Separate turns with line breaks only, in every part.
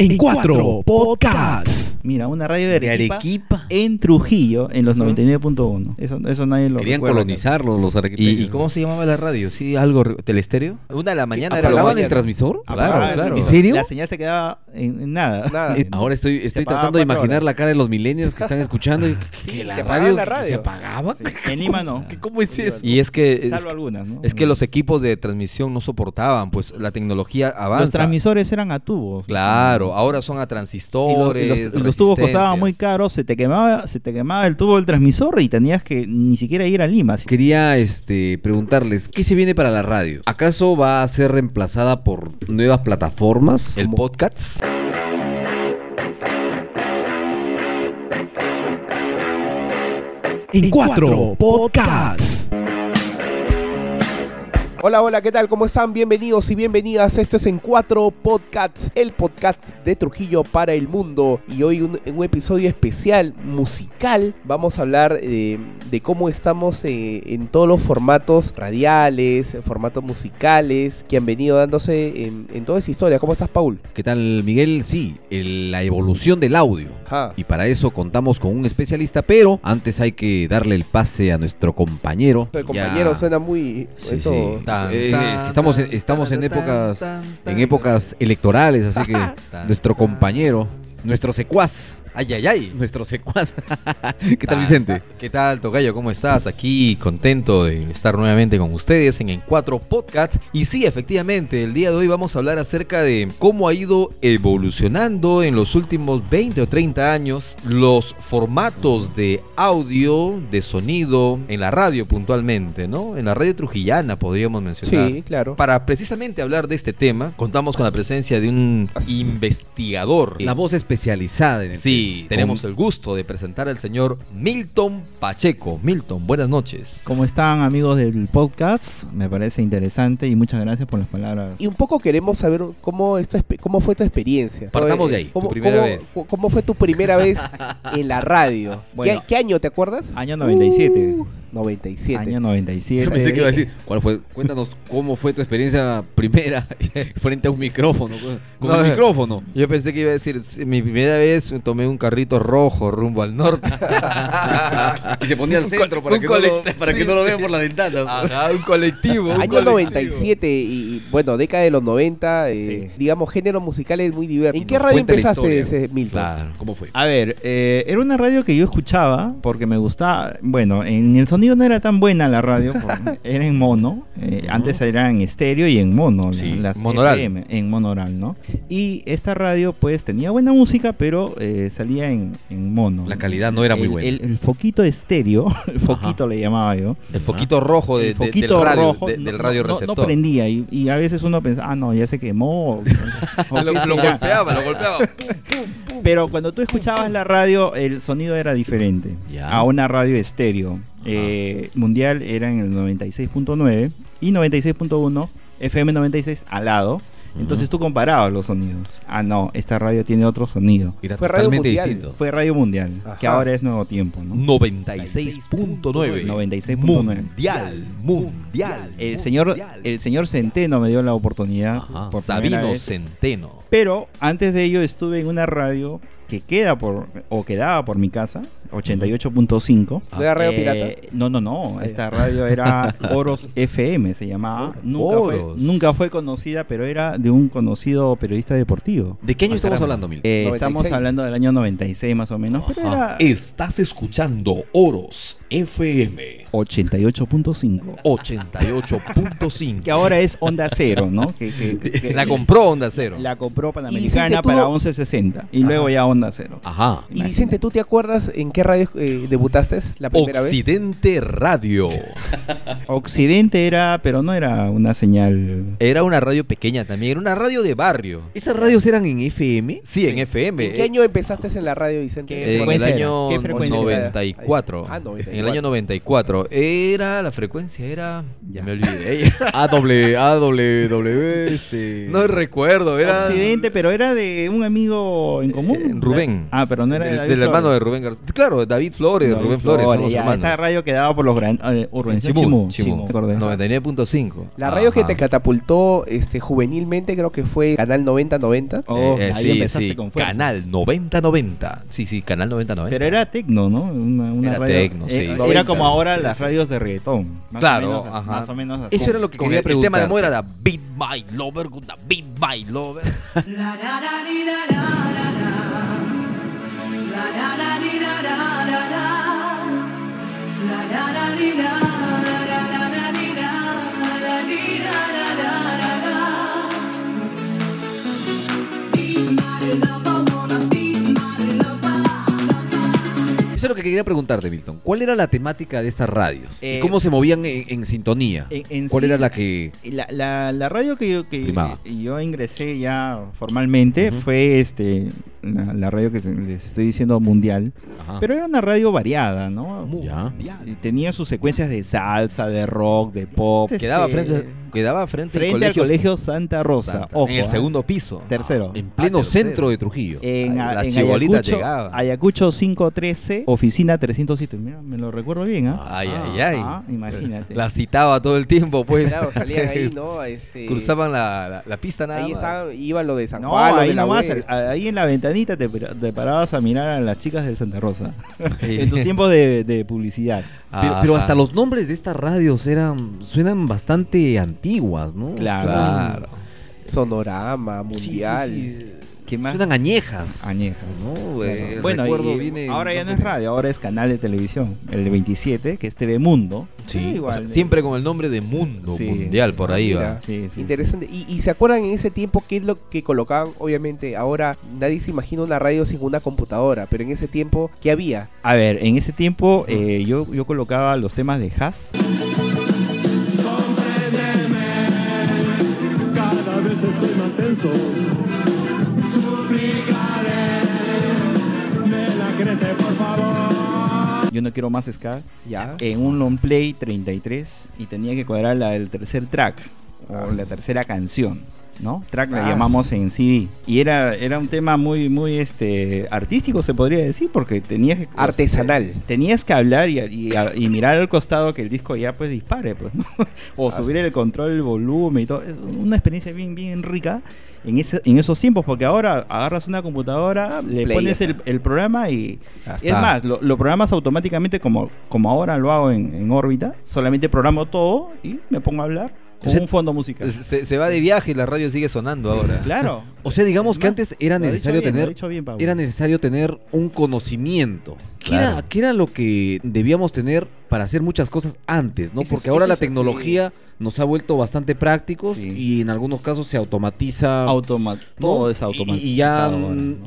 En cuatro podcasts.
Mira, una radio de
De
Arequipa,
Arequipa.
Eh,
en Trujillo en los 99.1. Eso, eso nadie lo
Querían
recuerda.
colonizarlo los arequipeños.
¿Y, y cómo se llamaba la radio? ¿Sí? ¿Algo? re- ¿Telestéreo?
Una de la mañana era la
¿Apagaban el
mañana.
transmisor?
Claro,
Apagaba el
claro.
transmisor.
¿En serio?
Ah, La señal se quedaba en, en nada.
Nada.
Eh, Ahora estoy, estoy
apagaba
tratando de
cuatro
imaginar
horas.
la cara de los millennials que están escuchando. y que- que
Sí,
la
se apagaba
radio,
la
que se
radio.
apagaba.
Sí. En Lima no.
¿Cómo es eso?
Y es que, es,
Salvo algunas, ¿no?
es que los equipos de transmisión no soportaban, pues la tecnología
Los
avanza.
transmisores eran a tubos.
Claro, ahora son a
Y los,
transistores.
y los- los tubos costaban
resistencias.
muy caros, se te quemaba, se te quemaba el tubo del transmisor y tenías que ni siquiera ir a Lima. Si-
Quería este, preguntarles, ¿qué se viene para la radio? ¿Acaso va a ser reemplazada por nuevas plataformas?
El
Como-
podcast.
En cuatro podcasts.
Hola, hola, ¿qué tal? ¿Cómo están? Bienvenidos y bienvenidas. Esto es En Cuatro Podcasts, el podcast de Trujillo para el mundo. Y hoy un, en un episodio especial musical. Vamos a hablar eh, de cómo estamos eh, en todos los formatos radiales, en formatos musicales que han venido dándose en, en toda esa historia. ¿Cómo estás, Paul?
¿Qué tal, Miguel? Sí, el- la evolución del audio.
Ajá.
Y para eso contamos con un especialista, pero antes hay que darle el pase a nuestro compañero.
El
Ya-
compañero suena muy...
Sí,
esto-
sí.
Tan,
Eh,
tan,
es que estamos,
tan,
estamos en
tan, tan,
épocas
tan, tan.
en épocas electorales, así que nuestro compañero, nuestro secuaz,
Ay, ay, ay.
nuestro secuaz. ¿Qué tal, Vicente?
Ah, ¿Qué tal, Tocayo? ¿Cómo estás? Aquí contento de estar nuevamente con ustedes en En Cuatro Podcast. Y sí, efectivamente, el día de hoy vamos a hablar acerca de cómo ha ido evolucionando en los últimos 20 o 30 años los formatos de audio, de sonido, en la radio puntualmente, ¿no? En la radio trujillana podríamos mencionar.
Sí, claro.
Para precisamente hablar de este tema, contamos con la presencia de un investigador.
La voz especializada en el
Sí,
tema.
tenemos
Con-
el gusto de presentar al señor Milton Pacheco. Milton, buenas noches.
¿Cómo están amigos del podcast? Me parece interesante y muchas gracias por las palabras.
Y un poco queremos saber cómo, esto, cómo fue tu experiencia.
Partamos de ahí, tu
¿Cómo,
primera
cómo-
vez.
cu- cómo fue tu primera vez en la radio?
Bueno.
¿Qué, qué año te acuerdas?
Año 97.
Uh, 97.
Año 97.
Pensé que iba a decir, ¿cuál fue? Cuéntanos cómo fue tu experiencia primera frente a un micrófono. Con
No,
el
eh.
micrófono.
Yo pensé que iba a decir, "Sí, mi primera vez tomé un carrito rojo rumbo al norte.
y se ponía al
Un co-
centro para,
un
que no, lo,
colect-
para que
sí,
no lo
sí.
vean por las ventanas. Ah,
Ajá, un colectivo. un
Año
colectivo.
97 y, y, bueno, década de los 90, eh,
Sí.
digamos, géneros musicales muy diversos.
Y
¿En qué
nos
radio
cuenta la
empezaste,
historia.
ese, Milton?
Claro, ¿cómo fue?
A ver, eh, era una radio que yo escuchaba porque me gustaba. Bueno, en el sonido no era tan buena la radio, por- era en mono. eh, Antes era en estéreo y en mono,
Sí,
las
monoral.
FM, en monoral, ¿no? Y esta radio, pues, tenía buena música, pero eh, salía en, en mono.
La calidad no era muy
El-
buena.
El, el foquito estéreo, el foquito le llamaba yo.
El foquito rojo, de,
¿Ah? el
de-
foquito
del radio,
rojo,
de-
no-
del radio
no- no-
receptor.
No, prendía y, y a veces uno pensaba, ah, no, ya se quemó. o- o
lo,
qué
lo
será.
golpeaba, lo golpeaba.
Pero cuando tú escuchabas la radio, el sonido era diferente
Ya.
a una radio estéreo. Eh, mundial era en el 96.9 y 96.1, FM 96 al lado. Entonces tú comparabas los sonidos. Ah, no, esta radio tiene otro sonido.
Era
Fue radio
totalmente
mundial.
distinto.
Fue Radio Mundial, que
Ajá.
ahora es Nuevo Tiempo,
Mm.
¿no?
96.9.
96.9.
Mundial, mundial.
El señor,
mundial. Ah,
el señor Centeno me dio la oportunidad.
Ajá.
por primera
Sabino
vez.
Centeno.
Pero antes de ello estuve en una radio que queda por o quedaba por mi casa, 88.5.
¿No era radio
Eh,
pirata?
No, no, no.
Ah,
Esta radio era Oros FM, se llamaba. Nunca,
Oros.
Fue, nunca fue conocida, pero era de un conocido periodista deportivo.
¿De qué año
Ah,
estamos
caramba.
hablando, Mil?
Eh,
96.
estamos hablando del año 96 más o menos, pero
Ajá.
era
Estás escuchando Oros FM.
88.5.
88.5.
Que ahora es Onda Cero, ¿no? Que, que- que- que-
La compró Onda Cero.
la compró
Y
Panamericana
Vicente, tú-
para 11.60 y luego ya Onda Cero.
Ajá.
Y Vicente, ¿tú te acuerdas en qué radio eh, debutaste la primera vez?
Occidente Radio.
Occidente era, pero no era una señal.
Era una radio pequeña también, era una radio de barrio.
¿Estas radios eran en FM?
Sí, en FM.
¿En qué año empezaste en la radio, Vicente?
Eh, En el
frecuencia era?
año
¿Qué frecuencia era?
94.
Ah, 94.
En el año 94. Era, la frecuencia era... Ya me olvidé.
AW, AW, este...
no recuerdo, era...
Occidente, pero era de un amigo en común.
Eh, Rubén.
Ah, pero no era
Del-
David
del hermano de
Flores.
Rubén García. Claro, David Flores,
David
Rubén Flores, son los
ya,
hermanos.
Esta radio quedaba por los gran, eh, Urban
Chimú,
Chimú,
Chimú.
Chimú, me acordé.
99.5.
La radio que
Ajá.
te catapultó este, juvenilmente creo que fue Canal 9090.
Oh,
Eh, eh,
ahí
sí,
empezaste
sí,
con fuerza.
Canal 9090. Sí, sí, Canal 9090.
Pero era tecno, ¿no? Una, una
Era
radio- eh,
tecno, sí.
Era
Noventas,
como ahora
sí,
las
sí.
radios de reggaetón. Más
Claro,
o menos,
ajá.
Más o menos así.
Eso era lo que
Con
quería
el-
preguntar. El tema de
preguntarte.
moda era Beat My Lover, gonna Beat My Lover.
La da da di da da da da. La da da di da da da da. La da da di da da da da da di da da da di da da da da da. Be my lover, wanna be my lover.
Eso es lo que quería preguntarte, Milton. ¿Cuál era la temática de estas radios?
Eh,
¿Y cómo se movían en, en sintonía?
En- en
¿Cuál
sí-
era la que...?
Y La, la, la radio que yo, que
Primaba.
yo ingresé ya formalmente fue este la, la radio que les estoy diciendo mundial.
Ajá.
Pero era una radio variada, ¿no?
Ah. Ya.
Y Tenía sus secuencias de salsa, de rock, de pop.
Quedaba
Este,
frente, quedaba frente, al
frente al
colegio,
colegio Santa Rosa.
Santa-
Ojo,
en el
¿ah?
segundo piso.
Tercero.
En pleno
Ah, tercero.
centro de Trujillo.
En,
Ay,
A-
las
en
chibolitas
Ayacucho,
llegaban.
Ayacucho 513, oficina 307. Mira, me lo recuerdo bien, ¿ah?
Ay,
Ah,
ay, ay.
ah, imagínate.
La citaba todo el tiempo, pues.
Claro, salían ahí, ¿no?
Eh,
Este,
Cruzaban la, la- la pista nada
Ahí
más.
estaba, iba lo de San
No,
Juan, lo
ahí
de la E,
nomás,
E.
UER.
al- ahí en la ventanita te, te parabas a mirar a las chicas del Santa Rosa. en tus tiempos de, de publicidad.
Pero, pero
Ajá.
hasta los nombres de estas radios eran suenan bastante antiguas, ¿no?
Claro.
Claro.
Sonorama,
Sí, sí,
Mundial.
sí.
¿Qué más?
Suenan añejas.
Añejas.
¿no? Eh, el
Bueno,
recuerdo
y
viene-
ahora ya no es radio, ahora es canal de televisión, el 27, que es TV Mundo.
Sí,
Pero
o sea, siempre con el nombre de mundo
eh. Sí. Ah,
mundial por ahí
Mira.
va.
Sí, sí,
Interesante. Y, y se acuerdan en ese tiempo qué es lo que colocaban? Obviamente, ahora nadie se imagina una radio sin una computadora, pero en ese tiempo, ¿qué había?
A ver, en ese tiempo eh, yo, yo colocaba los temas de Haas.
Cada vez estoy más tenso. Suplicaré. Me la crece, por favor.
Yo no quiero más ska.
Ya.
En un long play 33 y tenía que cuadrar la del tercer track o
este,
la tercera canción. ¿No? Track la
Ah,
llamamos en CD. Y era, era un tema muy, muy este, artístico, se podría decir, porque tenías que.
Artesanal.
Tenías que hablar y, y- y mirar al costado que el disco ya pues dispare, pues, ¿no? O subir el control, el volumen y todo. Es Una experiencia bien, bien rica en, ese- en esos tiempos, porque ahora agarras una computadora, le
play,
pones
ya
el,
está.
el programa y...
Ya
Es
está.
más, lo, lo programas automáticamente como, como ahora lo hago en, en órbita. Solamente programo todo y me pongo a hablar con
Ese-
un fondo musical.
Se, se va de viaje y la radio sigue sonando ahora.
Claro.
O sea, digamos que
Además,
antes era
lo ha dicho
necesario
bien, lo ha
tener
dicho bien, Pablo.
era necesario tener un conocimiento. ¿Qué,
Claro.
era, qué era lo que debíamos tener para hacer muchas cosas antes, no?
Eso es-
Porque ahora
eso
la
es así.
tecnología nos ha vuelto bastante prácticos
Sí.
y en algunos casos se automatiza.
Automa-
¿no?
todo es
Y-
automático.
Y, ya,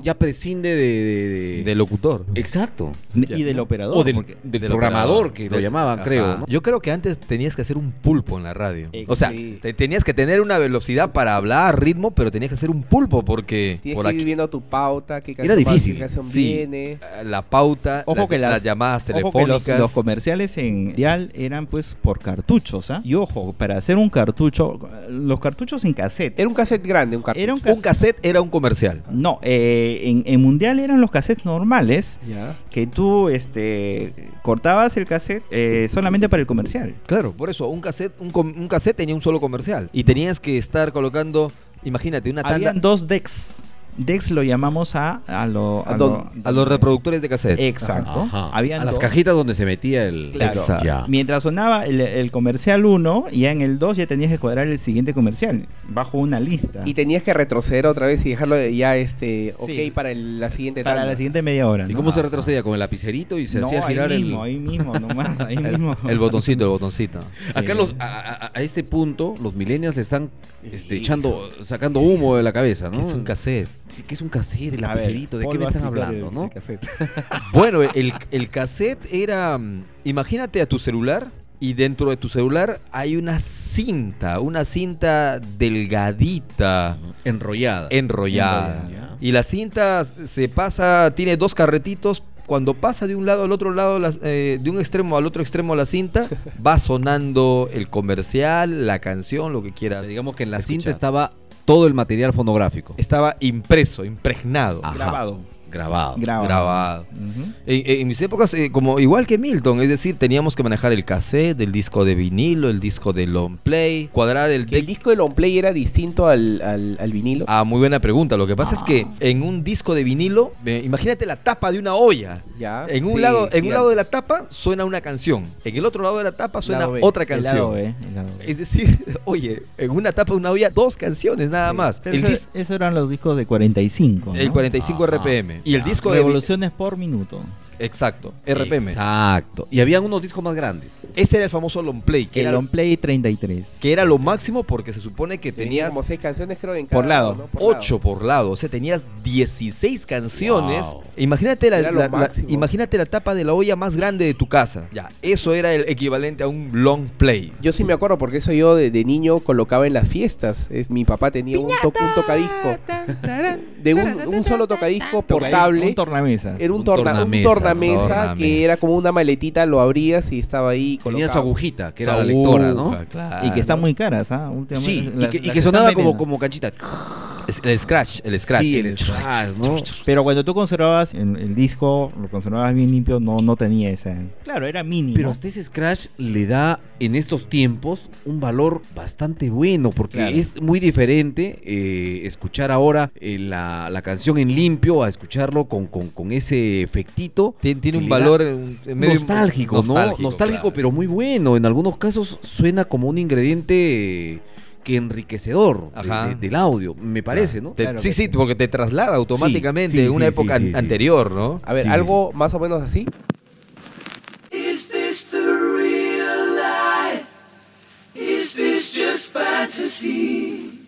ya prescinde de, de- de-
Del locutor.
Exacto.
Y del operador.
O del,
porque-
del programador, que lo
Del-
llamaban,
Ajá.
creo. ¿no?
Yo creo que antes tenías que hacer un pulpo en la radio.
Ex-
O sea,
sí.
te- tenías que tener una velocidad para hablar, ritmo, pero tenías que hacer un pulpo porque
Tienes
por
que ir
aquí
viendo tu pauta, qué canción
Era
va, qué
difícil,
canción
sí.
viene.
eh, la pauta,
Ojo
las,
que las-
las llamadas
Ojo que los,
telefónicas.
los comerciales en Dial eran pues por cartuchos, ¿ah? Y ojo, para hacer un cartucho, los cartuchos en cassette.
Era un cassette grande, un cartucho.
Era un
un cassette era un comercial.
No, eh, en, en Mundial eran los cassettes normales
Ya.
que tú este, cortabas el cassette eh, solamente para el comercial.
Claro, por eso, un cassette, un, com- un cassette tenía un solo comercial. Y tenías que estar colocando, imagínate, una tanda
Habían dos decks. Decks lo llamamos a, a, lo-
¿A
a
dónde?
lo-
a los reproductores de cassette.
Exacto.
Ajá.
Habían
A las
dos.
cajitas donde se metía el.
Claro.
Exacto.
Ya.
Mientras sonaba el, el comercial 1, ya en el 2 ya tenías que cuadrar el siguiente comercial, bajo una lista.
Y tenías que retroceder otra vez y dejarlo ya este,
Sí.
ok para el- la siguiente
para
tanda.
la siguiente media hora.
¿Y
¿no? Ah,
cómo se retrocedía? Con el lapicerito y se
No,
hacía girar
ahí
el.
mismo, ahí mismo, nomás, ahí
El,
mismo.
el botoncito, el botoncito.
Acá
Sí.
los, a, a- a este punto, los millennials le están este, echando, sacando humo de la cabeza, ¿no?
Que es un cassette.
Sí, ¿Qué es un cassette? El
A ver,
lapicerito, ¿de qué
Paul
me
va a
están
explicar
hablando,
el-
no?
el cassette.
Bueno, el, el cassette era. mm, Imagínate a tu celular y dentro de tu celular hay una cinta, una cinta delgadita,
Enrollada.
enrollada. Y la cinta s- se pasa, tiene dos carretitos. Cuando pasa de un lado al otro lado, las- eh, de un extremo al otro extremo la cinta, va sonando el comercial, la canción, lo que
O sea,
quieras.
digamos que en la
Escuchar.
cinta estaba todo el material fonográfico.
Estaba impreso, impregnado.
Ajá.
Grabado.
Grabado.
Grabado.
Ah, Grabado.
Ujú.
En, en mis épocas, eh, como igual que Milton, es decir, teníamos que manejar el cassette, el disco de vinilo, el disco de long play, cuadrar el
¿Que ¿El
deck.
disco de long play era distinto al, al- al vinilo?
Ah, muy buena pregunta. Lo que pasa
Ah.
es que en un disco de vinilo, eh, imagínate la tapa de una olla.
Ya.
En un
Ah, Sí,
lado, en un
gigante.
lado de la tapa suena una canción. En el otro lado de la tapa suena
Lado B,
otra
El lado
canción.
B. el lado B.
Es decir, oye, en una tapa de una olla dos canciones nada más.
Pero
El,
eso,
dis-
eso eran los discos de 45.
el
¿no?
45
Ajá.
RPM. Y el disco de
Revoluciones por minuto.
Exacto, RPM.
Exacto. Y habían unos discos más grandes.
Ese era el famoso long play, que,
El
era,
on play 33.
que era lo máximo porque se supone que
Tenía
tenías
como seis canciones, creo, en
Por
cada
lado.
uno, ¿no? Por
ocho por lado, o sea, tenías 16 canciones.
Wow.
Imagínate la,
Era lo
la- la-
máximo.
imagínate la tapa de la olla más grande de tu casa. Ya, eso era el equivalente a un long play.
Yo sí me acuerdo porque eso yo de, de niño colocaba en las fiestas. Es, mi papá tenía un, to- un tocadisco. De un, un solo tocadisco portable.
Un tornamesa.
Era un,
un
torna,
tornamesa,
un tornamesa que
tornamesa.
era como una maletita, lo abrías y estaba ahí.
Tenía su
colocado.
agujita, que era
Su
la lectora, ¿no?
aguja, claro.
y que están muy caras, ¿ah?
Sí,
Últimamente,
y
la-
que, y
las
que
están
sonaba como,
vendiendo.
como canchita.
Es- El scratch, el scratch.
Sí, el scratch, ¿no?
Pero cuando tú conservabas el, el disco, lo conservabas bien limpio, no, no tenía esa. Claro, era mínimo.
Pero hasta ese scratch le da en estos tiempos un valor bastante bueno, porque
Claro.
es muy diferente eh, escuchar ahora eh, la, la canción en limpio a escucharlo con, con, con ese efectito.
Tien-
que
Tiene un
le da
valor un- medio-
nostálgico, ¿no? Nostálgico,
claro.
pero muy bueno. En algunos casos suena como un ingrediente eh, que enriquecedor de-
Ajá.
de- del audio, me parece, ¿no?
Te-
Claro
sí,
que
sí,
sí.
porque te traslada automáticamente
sí,
a una
sí,
época
sí, sí, sí.
anterior, ¿no?
A ver,
Sí, sí,
algo más o menos así.
Is this the real life? Is this just fantasy?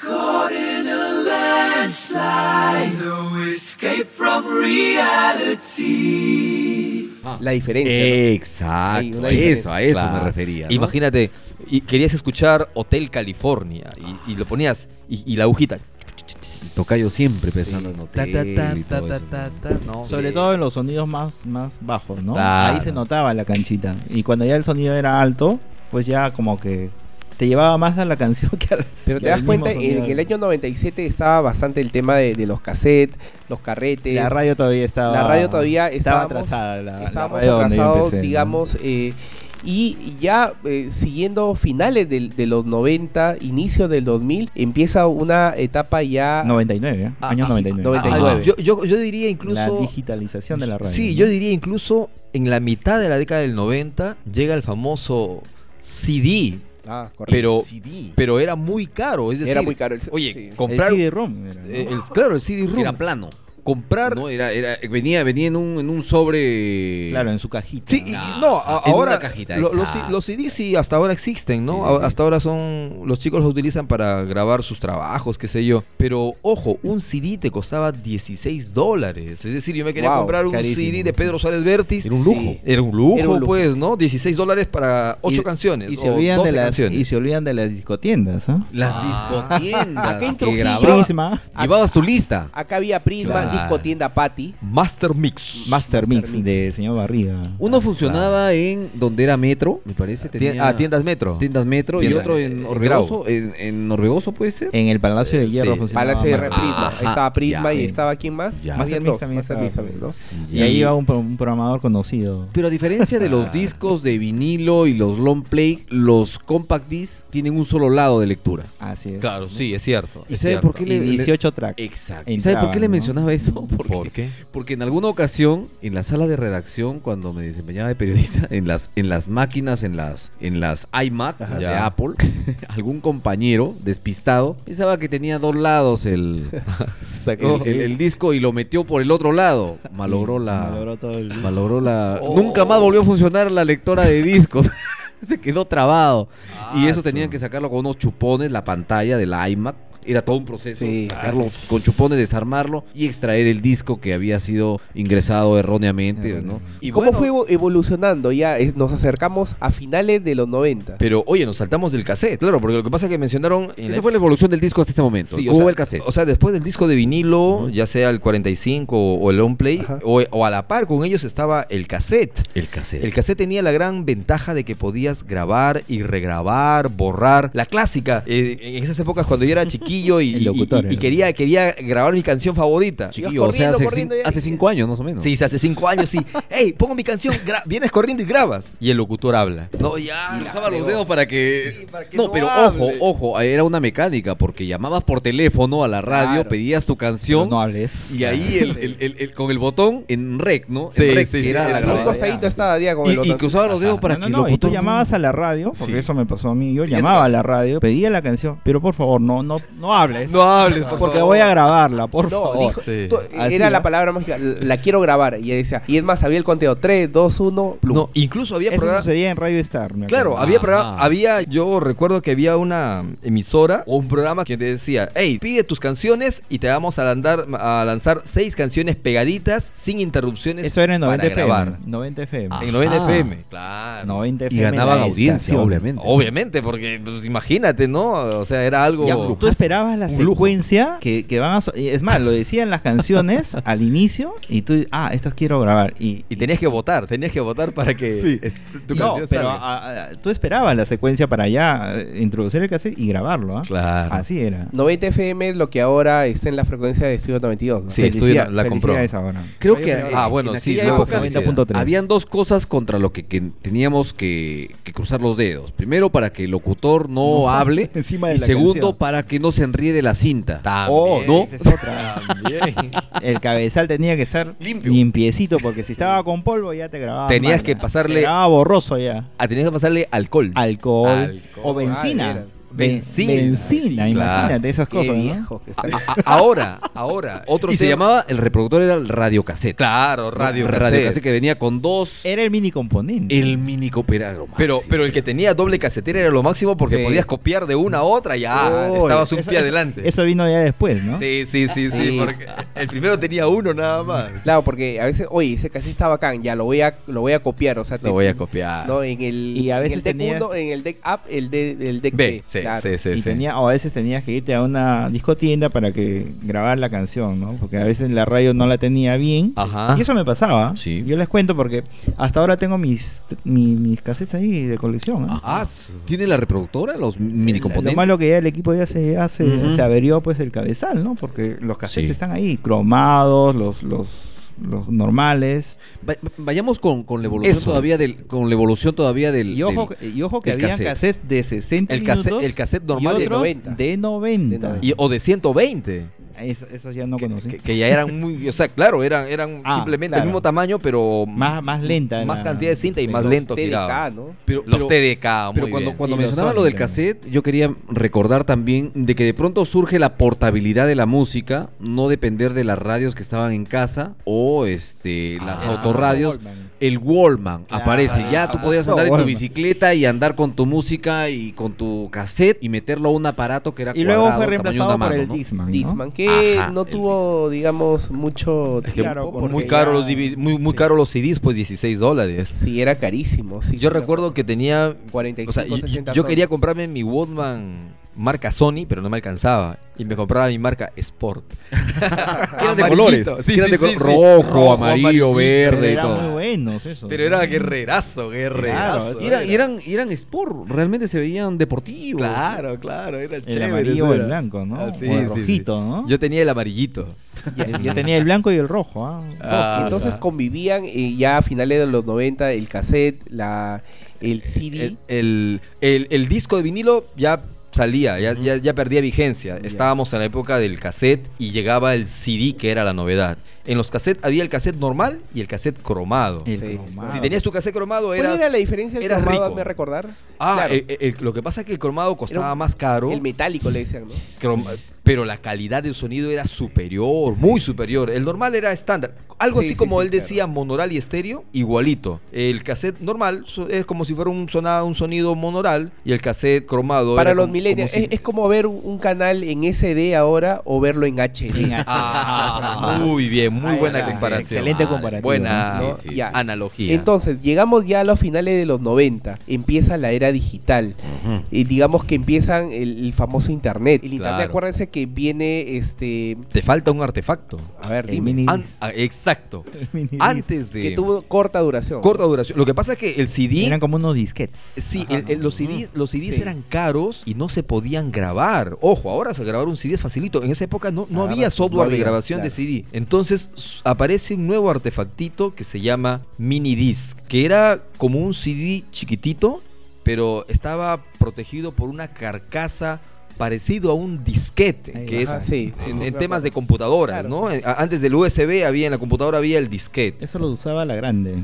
Caught in a landslide, no escape from reality.
Ah,
La diferencia. ¿no? Hay
eh,
Exacto,
una
a eso,
diferencia.
a eso me
Claro.
refería. ¿no?
Imagínate, y querías escuchar Hotel California y, y lo ponías y, y la agujita.
Tocayo siempre
pues.
pensando en
Ta,
hotel
ta, ta,
y
ta,
todo
ta,
eso,
ta,
¿no?
ta, no,
Sobre
sí.
todo en los sonidos más, más bajos, ¿no?
Claro.
Ahí se notaba la canchita. Y cuando ya el sonido era alto, pues ya como que te llevaba más a la canción que a la-
Pero
que
te
al
das
mismo
cuenta,
sonido
en
del-
el año 97 estaba bastante el tema de, de los cassettes, los carretes.
La radio todavía estaba.
la radio todavía
estaba
estábamos-
atrasada. La, la
estábamos
radio donde yo
atrasados,
empecé, ¿no?
digamos. eh, y ya eh, siguiendo finales del- de, los 90, inicio del 2000, empieza una etapa ya.
99, ¿eh?
Ah,
años
ah,
99.
99.
yo, yo- yo diría
Ah, La
incluso.
digitalización de la radio.
Sí,
¿no?
yo diría incluso en la mitad de la década del 90 llega el famoso CD,
Ah, correcto.
pero,
CD.
pero era muy caro. Es decir,
era muy caro el
Oye,
sí.
comprar.
El CD-ROM. era, ¿no?
eh, el- claro, el CD-ROM.
Era plano.
comprar.
No, era, era, venía, venía en un, en un sobre.
claro, en su cajita.
Sí, y-
Ah,
no, a-
en
ahora
una cajita,
lo- los,
exacto.
los CDs sí hasta ahora existen, ¿no?
Sí, sí, sí.
A- Hasta ahora son los chicos los utilizan para grabar sus trabajos, qué sé yo. Pero ojo, un CD te costaba 16 dólares. Es decir, yo me quería
Wow,
comprar un
carísimo.
CD de Pedro Suárez Vértiz.
Era un lujo.
Sí.
Era un lujo,
Era un lujo.
pues, ¿no? 16 dólares para 8
Y-
canciones.
Y se,
o
olvidan
12
de las,
canciones.
y se olvidan de las discotiendas, ¿ah?
Las
Ah.
discotiendas.
Acá en
que
Trujillo-
grababa-
Prisma,
Llevabas tu lista.
Acá había Prisma,
Claro.
Disco Tienda Patty.
Master Mix.
Master Mix
Mix.
de señor Barriga.
Uno funcionaba en donde era metro, me parece.
Tien-
Tenía,
ah, tiendas Metro.
tiendas metro
Tienda-
y otro en
eh,
Orbegoso. En, Eh. en Orbegoso puede ser.
En el Palacio de Hierro
sí.
funcionaba
Palacio de
Master
Barriga.
Prisma.
Ah,
Ahí estaba Prisma
ya.
y estaba quién más.
Ya.
Habían
Mastermix
dos,
también
Mastermix
estaba.
también, ¿no?
Y ahí iba un, pro- un programador conocido.
Pero a diferencia de los discos de vinilo y los long play, los compact discs tienen un solo lado de lectura.
Así es.
Claro, sí, es cierto.
¿Y
es
sabe
cierto.
por qué
Y
le-
18 tracks.
Exacto. ¿Y
Entraban,
¿Sabe por qué le
¿no?
mencionaba eso?
¿Por,
Porque,
qué?
porque en alguna ocasión, en la sala de redacción, cuando me desempeñaba de periodista, en las, en las máquinas, en las, en las iMac las de
Ya.
Apple, algún compañero despistado pensaba que tenía dos lados el,
Sacó-
el, el- el disco y lo metió por el otro lado. Malogró la.
Valoró todo el-
Valoró la.
Oh.
Nunca más volvió a funcionar la lectora de discos. Se quedó trabado. y eso
Ah,
tenían
su-
que sacarlo con unos chupones, la pantalla del iMac. Era todo un proceso.
Sí.
Sacarlo con chupones, desarmarlo y extraer el disco que había sido ingresado erróneamente. ¿no?
¿Y cómo fue evo- evolucionando? Ya eh, nos acercamos a finales de los 90.
Pero oye, nos saltamos del cassette, claro, porque lo que pasa es que mencionaron. en la-
Esa fue la evolución del disco hasta este momento.
Sí,
Hubo
sea,
el cassette.
o sea, después del disco de vinilo, ya sea el 45 o o el on play,
Ajá.
o, o a la par con ellos estaba el cassette.
el cassette.
El cassette tenía la gran ventaja de que podías grabar y regrabar, borrar. La clásica, eh, en esas épocas cuando yo era chiquillo y,
El
y-
locutor,
y-
el
y quería, quería grabar mi canción favorita.
Chiquillo, o sea,
corriendo,
hace,
corriendo
cin-
ya.
hace cinco años más o menos.
Sí, hace cinco años, sí. Hey, pongo mi canción, gra- vienes corriendo y grabas. Y el locutor habla. No, ya.
Y usaba los dedos para que...
Sí, para que
no,
no
pero
hable.
ojo, ojo, era una mecánica porque llamabas por teléfono a la radio,
Claro.
pedías tu
Pero
canción
no hables.
y ahí el, el- el- el- con el botón en rec, ¿no?
Sí,
en rec,
sí,
que
sí,
era
sí,
la
sí.
Los
grabadora.
grabada.
costaditos estaba Día con el
Y, y
botón.
cruzaba los dedos para
No,
que
no,
el
no, y tú
locutor...
llamabas a la radio, porque
Sí.
eso me pasó a mí. Yo llamaba a la radio, pedía la canción, pero por favor, no, no, no hables.
No hables, por
porque
favor.
voy a grabarla, por
No,
favor.
dijo-
sí.
tú-
Así,
era la
¿no?
palabra mágica, la quiero grabar. Y decía, y es más, había el conteo 3, 2, 1, plum.
No, incluso había
Eso
programas.
sucedía en Radio Star. me
Claro,
acuerdo.
había,
Ajá.
programa- había, yo recuerdo que había una emisora o un programa que te decía, hey, pide tus canciones y te vamos a, landar- a lanzar seis canciones pegaditas sin interrupciones
Eso era en 90
para
FM.
grabar.
90 FM.
Ah.
En 90
Ajá.
FM. Claro.
90
Y
FM.
ganaban
la
audiencia,
estación.
obviamente.
Obviamente, porque pues, imagínate, ¿no? O sea, era algo...
Ya, brujazo.
Tú esperabas la
Un lujo.
secuencia que, que van a... so- Es más, lo decían las canciones al inicio y tú, ah, estas quiero grabar. Y,
Y tenías que votar, tenías que votar para que es- tu
no,
canción
pero
salga.
ah, ah, tú esperabas la secuencia para ya eh, introducir el cassette y grabarlo, ¿ah?
Claro.
Así era.
90 FM es lo que ahora está en la frecuencia de Estudio 92. ¿no?
Sí, estoy- la- la compró.
felicidades ahora.
Creo que
Ah, bueno, sí,
aquella
luego
época
fue
decía,
90.3.
habían dos cosas contra lo que, que teníamos que, que cruzar los dedos. Primero, para que el locutor no, hable.
encima de
y
la
segundo,
canción.
para que no se enríe de la cinta.
También,
Oh, ¿no?
Esa es otra. El cabezal tenía que estar limpiecito porque si estaba con polvo ya te grababa.
Tenías
mal,
que
ya.
pasarle-
Te grababa borroso ya.
Ah, tenías que pasarle alcohol.
Alcohol,
Alcohol.
o
Ah, era.
benzina.
Benzina.
Benzina,
Sí,
benzina imagínate
claro.
esas
Qué
cosas. ¿no?
viejo que está.
A- a- ahora, ahora. Otro y se llamaba, el reproductor era el radiocassette.
Claro, radio, cassette.
que venía con dos.
Era el mini componente.
El mini cooperado.
Pero, pero el que tenía doble casetera era lo máximo porque
Sí.
podías copiar de una a otra, ya
Uy,
ah, estabas un
eso-
pie
eso-
adelante.
Eso vino ya después, ¿no?
Sí, sí, sí, sí,
Sí.
porque el primero tenía uno nada más.
Claro, porque a veces, oye, ese casi está bacán, ya lo voy a, lo voy a copiar. O sea, te-
Lo voy a copiar.
No, en el,
Y a
en
veces
el deck
tenías-
uno, en el deck up, el, de, el deck
Ve,
B,
sí,
claro.
sí, sí,
y
sí.
tenía, o a veces tenías que irte a una discotienda para que grabar la canción, ¿no? Porque a veces la radio no la tenía bien.
Ajá.
Y eso me pasaba.
Ah. Sí.
Yo les cuento porque hasta ahora tengo mis, mi- mis cassettes ahí de colección. ¿eh?
Ah, su- ¿Tiene la reproductora? Los mini
Lo
componentes.
malo que ya el equipo ya se, ya se,
Ujú.
se averió pues el cabezal, ¿no? Porque los cassettes
Sí.
están ahí, cromados, los, los, los normales.
Va- vayamos con, con la evolución
Eso.
todavía del. Con la evolución todavía del.
Y ojo,
del-
que- y ojo que
del
había
cassette.
cassettes de 60
El cassette-
minutos
el cassette normal
y
de
otros
90.
de 90.
De 90.
Y- o de 120.
Es- esos ya no conocí.
Que, que ya eran muy. O sea, claro, eran, eran
Ah,
simplemente
claro.
el mismo tamaño, pero.
Más- más lenta
Más
la-
cantidad de cinta y
sí.
más
Los
lento
TDK,
giraba.
¿no?
pero,
Los
pero-
TDK, muy
Pero cuando,
bien.
cuando
Y los
mencionaba lo
Sony
del
también.
cassette, yo quería recordar también de que de pronto surge la portabilidad de la música, no depender de las radios que estaban en casa o este las
Ah,
autorradios.
Walkman.
El Wallman aparece. Ya tú podías
famoso
andar en tu
Walkman.
bicicleta y andar con tu música y con tu cassette y meterlo a un aparato que era
Y luego
cuadrado,
fue
tamaño de
reemplazado
una
por
mano,
el
¿no?
Disman. ¿no?
Disman, que
Ajá,
no
el
tuvo, digamos, mucho tiempo.
claro, con
porque
Muy
ya-
caro, los DVD muy, muy caro los CDs, pues 16 dólares.
Sí, era carísimo. Sí,
Yo recuerdo que tenía
45,
O sea, yo,
60
yo
son.
quería comprarme mi Walkman marca Sony, pero no me alcanzaba. Y me compraba mi marca Sport.
Que eran de
Amarillito.
colores.
Sí,
que eran
sí,
de
sí,
col-
sí.
rojo,
Rojo,
amarillo,
amarillito,
verde y
Pero eran muy
todo.
buenos esos.
Pero era guerrerazo, guerrerazo.
claro,
Y eran, y eran, y eran sport, realmente se veían deportivos.
Claro, claro, era
El
chévere.
amarillo o
eso
el
era.
blanco, ¿no?
Ah, sí,
o el
sí, sí.
rojito, ¿no?
Yo tenía el amarillito.
Yo, yo tenía el blanco y el rojo, ¿ah?
Ah,
Entonces
ya.
convivían eh, ya a finales de los 90 el cassette, la, el
Eh,
CD.
El, el- el- el disco de vinilo ya salía, ya, ya- ya perdía vigencia. Estábamos en la época del cassette y llegaba el CD, que era la novedad. En los cassettes había el cassette normal y el cassette cromado.
El
Sí.
cromado.
Si tenías tu cassette cromado,
¿Cuál
eras...
Pues era la diferencia del
eras
cromado,
rico.
hazme recordar?
Ah,
Claro,
el- el- lo que pasa es que el cromado costaba
Era un-
más caro.
el metálico le decían, ¿no?
Crom- pero la calidad del sonido era superior, muy superior. El normal era estándar. Algo
Sí,
así
sí,
como
sí,
él decía, monoral y estéreo, igualito. El cassette normal so- es como si fuera un, sonado, un sonido monoral y el cassette cromado.
Para
era
los
como-
millennials,
como
es,
si-
es como ver un, un canal en SD ahora o verlo en HD.
Ah, muy bien, muy
Ahí
buena
está,
comparación.
excelente
Vale,
comparativa,
Buena
¿no? Sí, sí,
ya,
sí.
analogía.
Entonces, llegamos ya a los finales de los 90, empieza la era digital. Y digamos que empiezan el, el famoso internet. El internet,
Claro.
acuérdense que viene este
Te falta un artefacto.
a ver,
El
dime.
mini
An-
disc.
ah, exacto, Exacto. Antes de...
Que tuvo corta duración.
Corta duración. Lo que pasa es que el CD...
Eran como unos disquetes.
Sí,
Ajá,
el-
¿no?
el- los CDs, los CDs
Sí.
eran caros y no se podían grabar. Ojo, ahora se grabar un CD es facilito. En esa época no, no
Ah,
había
no
software de
había,
grabación de
claro.
CD. Entonces s- aparece un nuevo artefactito que se llama mini disc, que era como un CD chiquitito, pero estaba protegido por una carcasa parecido a un disquete,
Ahí
que es
Ajá, Ah, sí, sí,
en,
sí,
en
me
temas de
acuerdo.
computadoras,
Claro.
¿no? Eh, a- Antes del USB había en la computadora había el disquete.
Eso lo usaba la grande.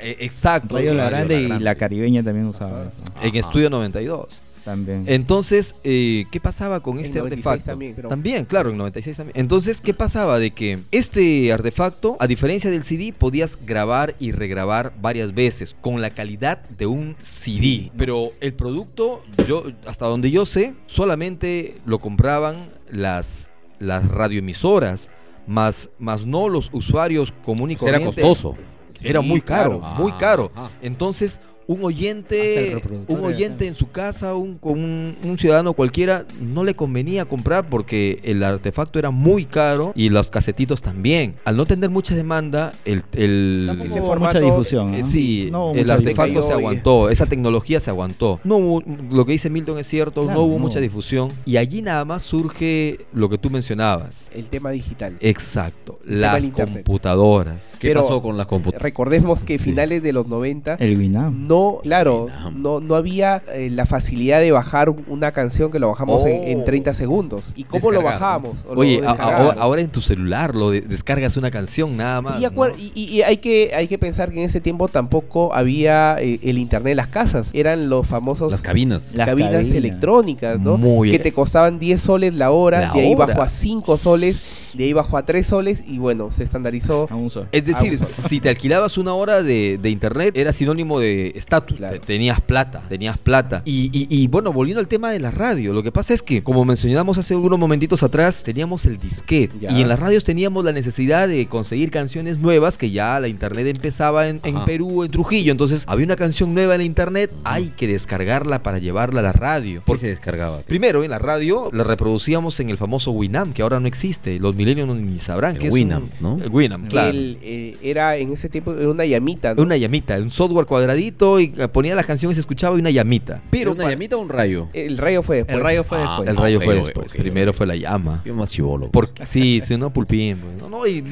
Eh, Exacto.
Radio La
Radio
Grande y
Grande.
la caribeña también usaba eso.
En Estudio 92.
También.
Entonces, eh, ¿qué pasaba con
En
este
96
artefacto?
también, creo.
claro, en 96 también. Entonces, ¿qué pasaba? De que este artefacto, a diferencia del CD, podías grabar y regrabar varias veces con la calidad de un CD. Pero el producto, yo, hasta donde yo sé, solamente lo compraban las, las radioemisoras. Más, más no los usuarios comunes y
Era
corrientes.
costoso.
Era
Sí,
muy caro,
claro. Ah,
muy caro.
Ajá.
Entonces, un
Hasta el
oyente,
reproductor
un
era
oyente
caro.
en su casa, un, con un, un ciudadano cualquiera, no le convenía comprar porque el artefacto era muy caro y los casetitos también. Al no tener mucha demanda, el, el-
Tampoco
se
hubo
fue mucha
formato,
difusión.
eh,
¿no?
sí,
No hubo
el
mucha
artefacto
difusión.
se
Hoy-
aguantó, esa tecnología se aguantó. No hubo- lo que dice Milton es cierto,
Claro,
no hubo
no.
mucha difusión y allí nada más surge lo que tú mencionabas.
El tema digital.
Exacto,
El tema del
las
internet.
computadoras.
¿Qué
Pero-
pasó con las computadoras?
Recordemos que
Sí. Eh.
finales de los 90
El Winam.
no, claro,
Vietnam.
no, no había eh, la facilidad de bajar una canción que lo bajamos en, en 30 segundos. ¿Y cómo lo
Descargar, ¿no?
bajábamos? O lo
Oh. Oye, a-
descargábamos.
ahora, ahora en tu celular lo de- descargas una canción nada más.
Y, acuer-
¿no?
y- y- y hay, que, hay que pensar que en ese tiempo tampoco había eh, el internet en las casas. Eran los famosos
Las cabinas.
Las
cabinas,
cabinas.
electrónicas, ¿no?
Muy
que
bien.
te costaban 10 soles la hora,
La
de ahí
hora.
bajó a 5 soles, de ahí bajó a 3 soles y bueno, se estandarizó.
A un sol.
Es decir,
Ah,
si te alquilabas una hora de, de internet, era sinónimo de estatus.
Claro.
Te- Tenías plata, tenías plata. Y, y- y, bueno, volviendo al tema de la radio, lo que pasa es que, como mencionamos hace unos momentitos atrás, teníamos el disquete.
Ya.
Y en las radios teníamos la necesidad de conseguir canciones nuevas que ya la internet empezaba en, en
Ajá.
Perú, en Trujillo. Entonces, había una canción nueva en la internet, hay que descargarla para llevarla a la radio.
¿Por qué se descargaba?
Primero, en la radio la reproducíamos en el famoso Winamp, que ahora no existe. Los milenios no- ni sabrán
El
que es
Winamp,
un-
¿no?
El Winamp,
que
claro.
el, eh, era en ese tiempo era una llamita, ¿no?
Una llamita, un software cuadradito y eh, ponía las canciones, se escuchaba y una llamita.
¿Pero
Pero
una
pa-
llamita o un rayo?
El rayo fue después.
El rayo fue
Ah,
después.
el rayo
Ok,
fue
ok,
después.
ok.
Primero fue la llama.
Yo más chivolo. pues.
Por, sí, sí, no, pulpín. pues, No, no, y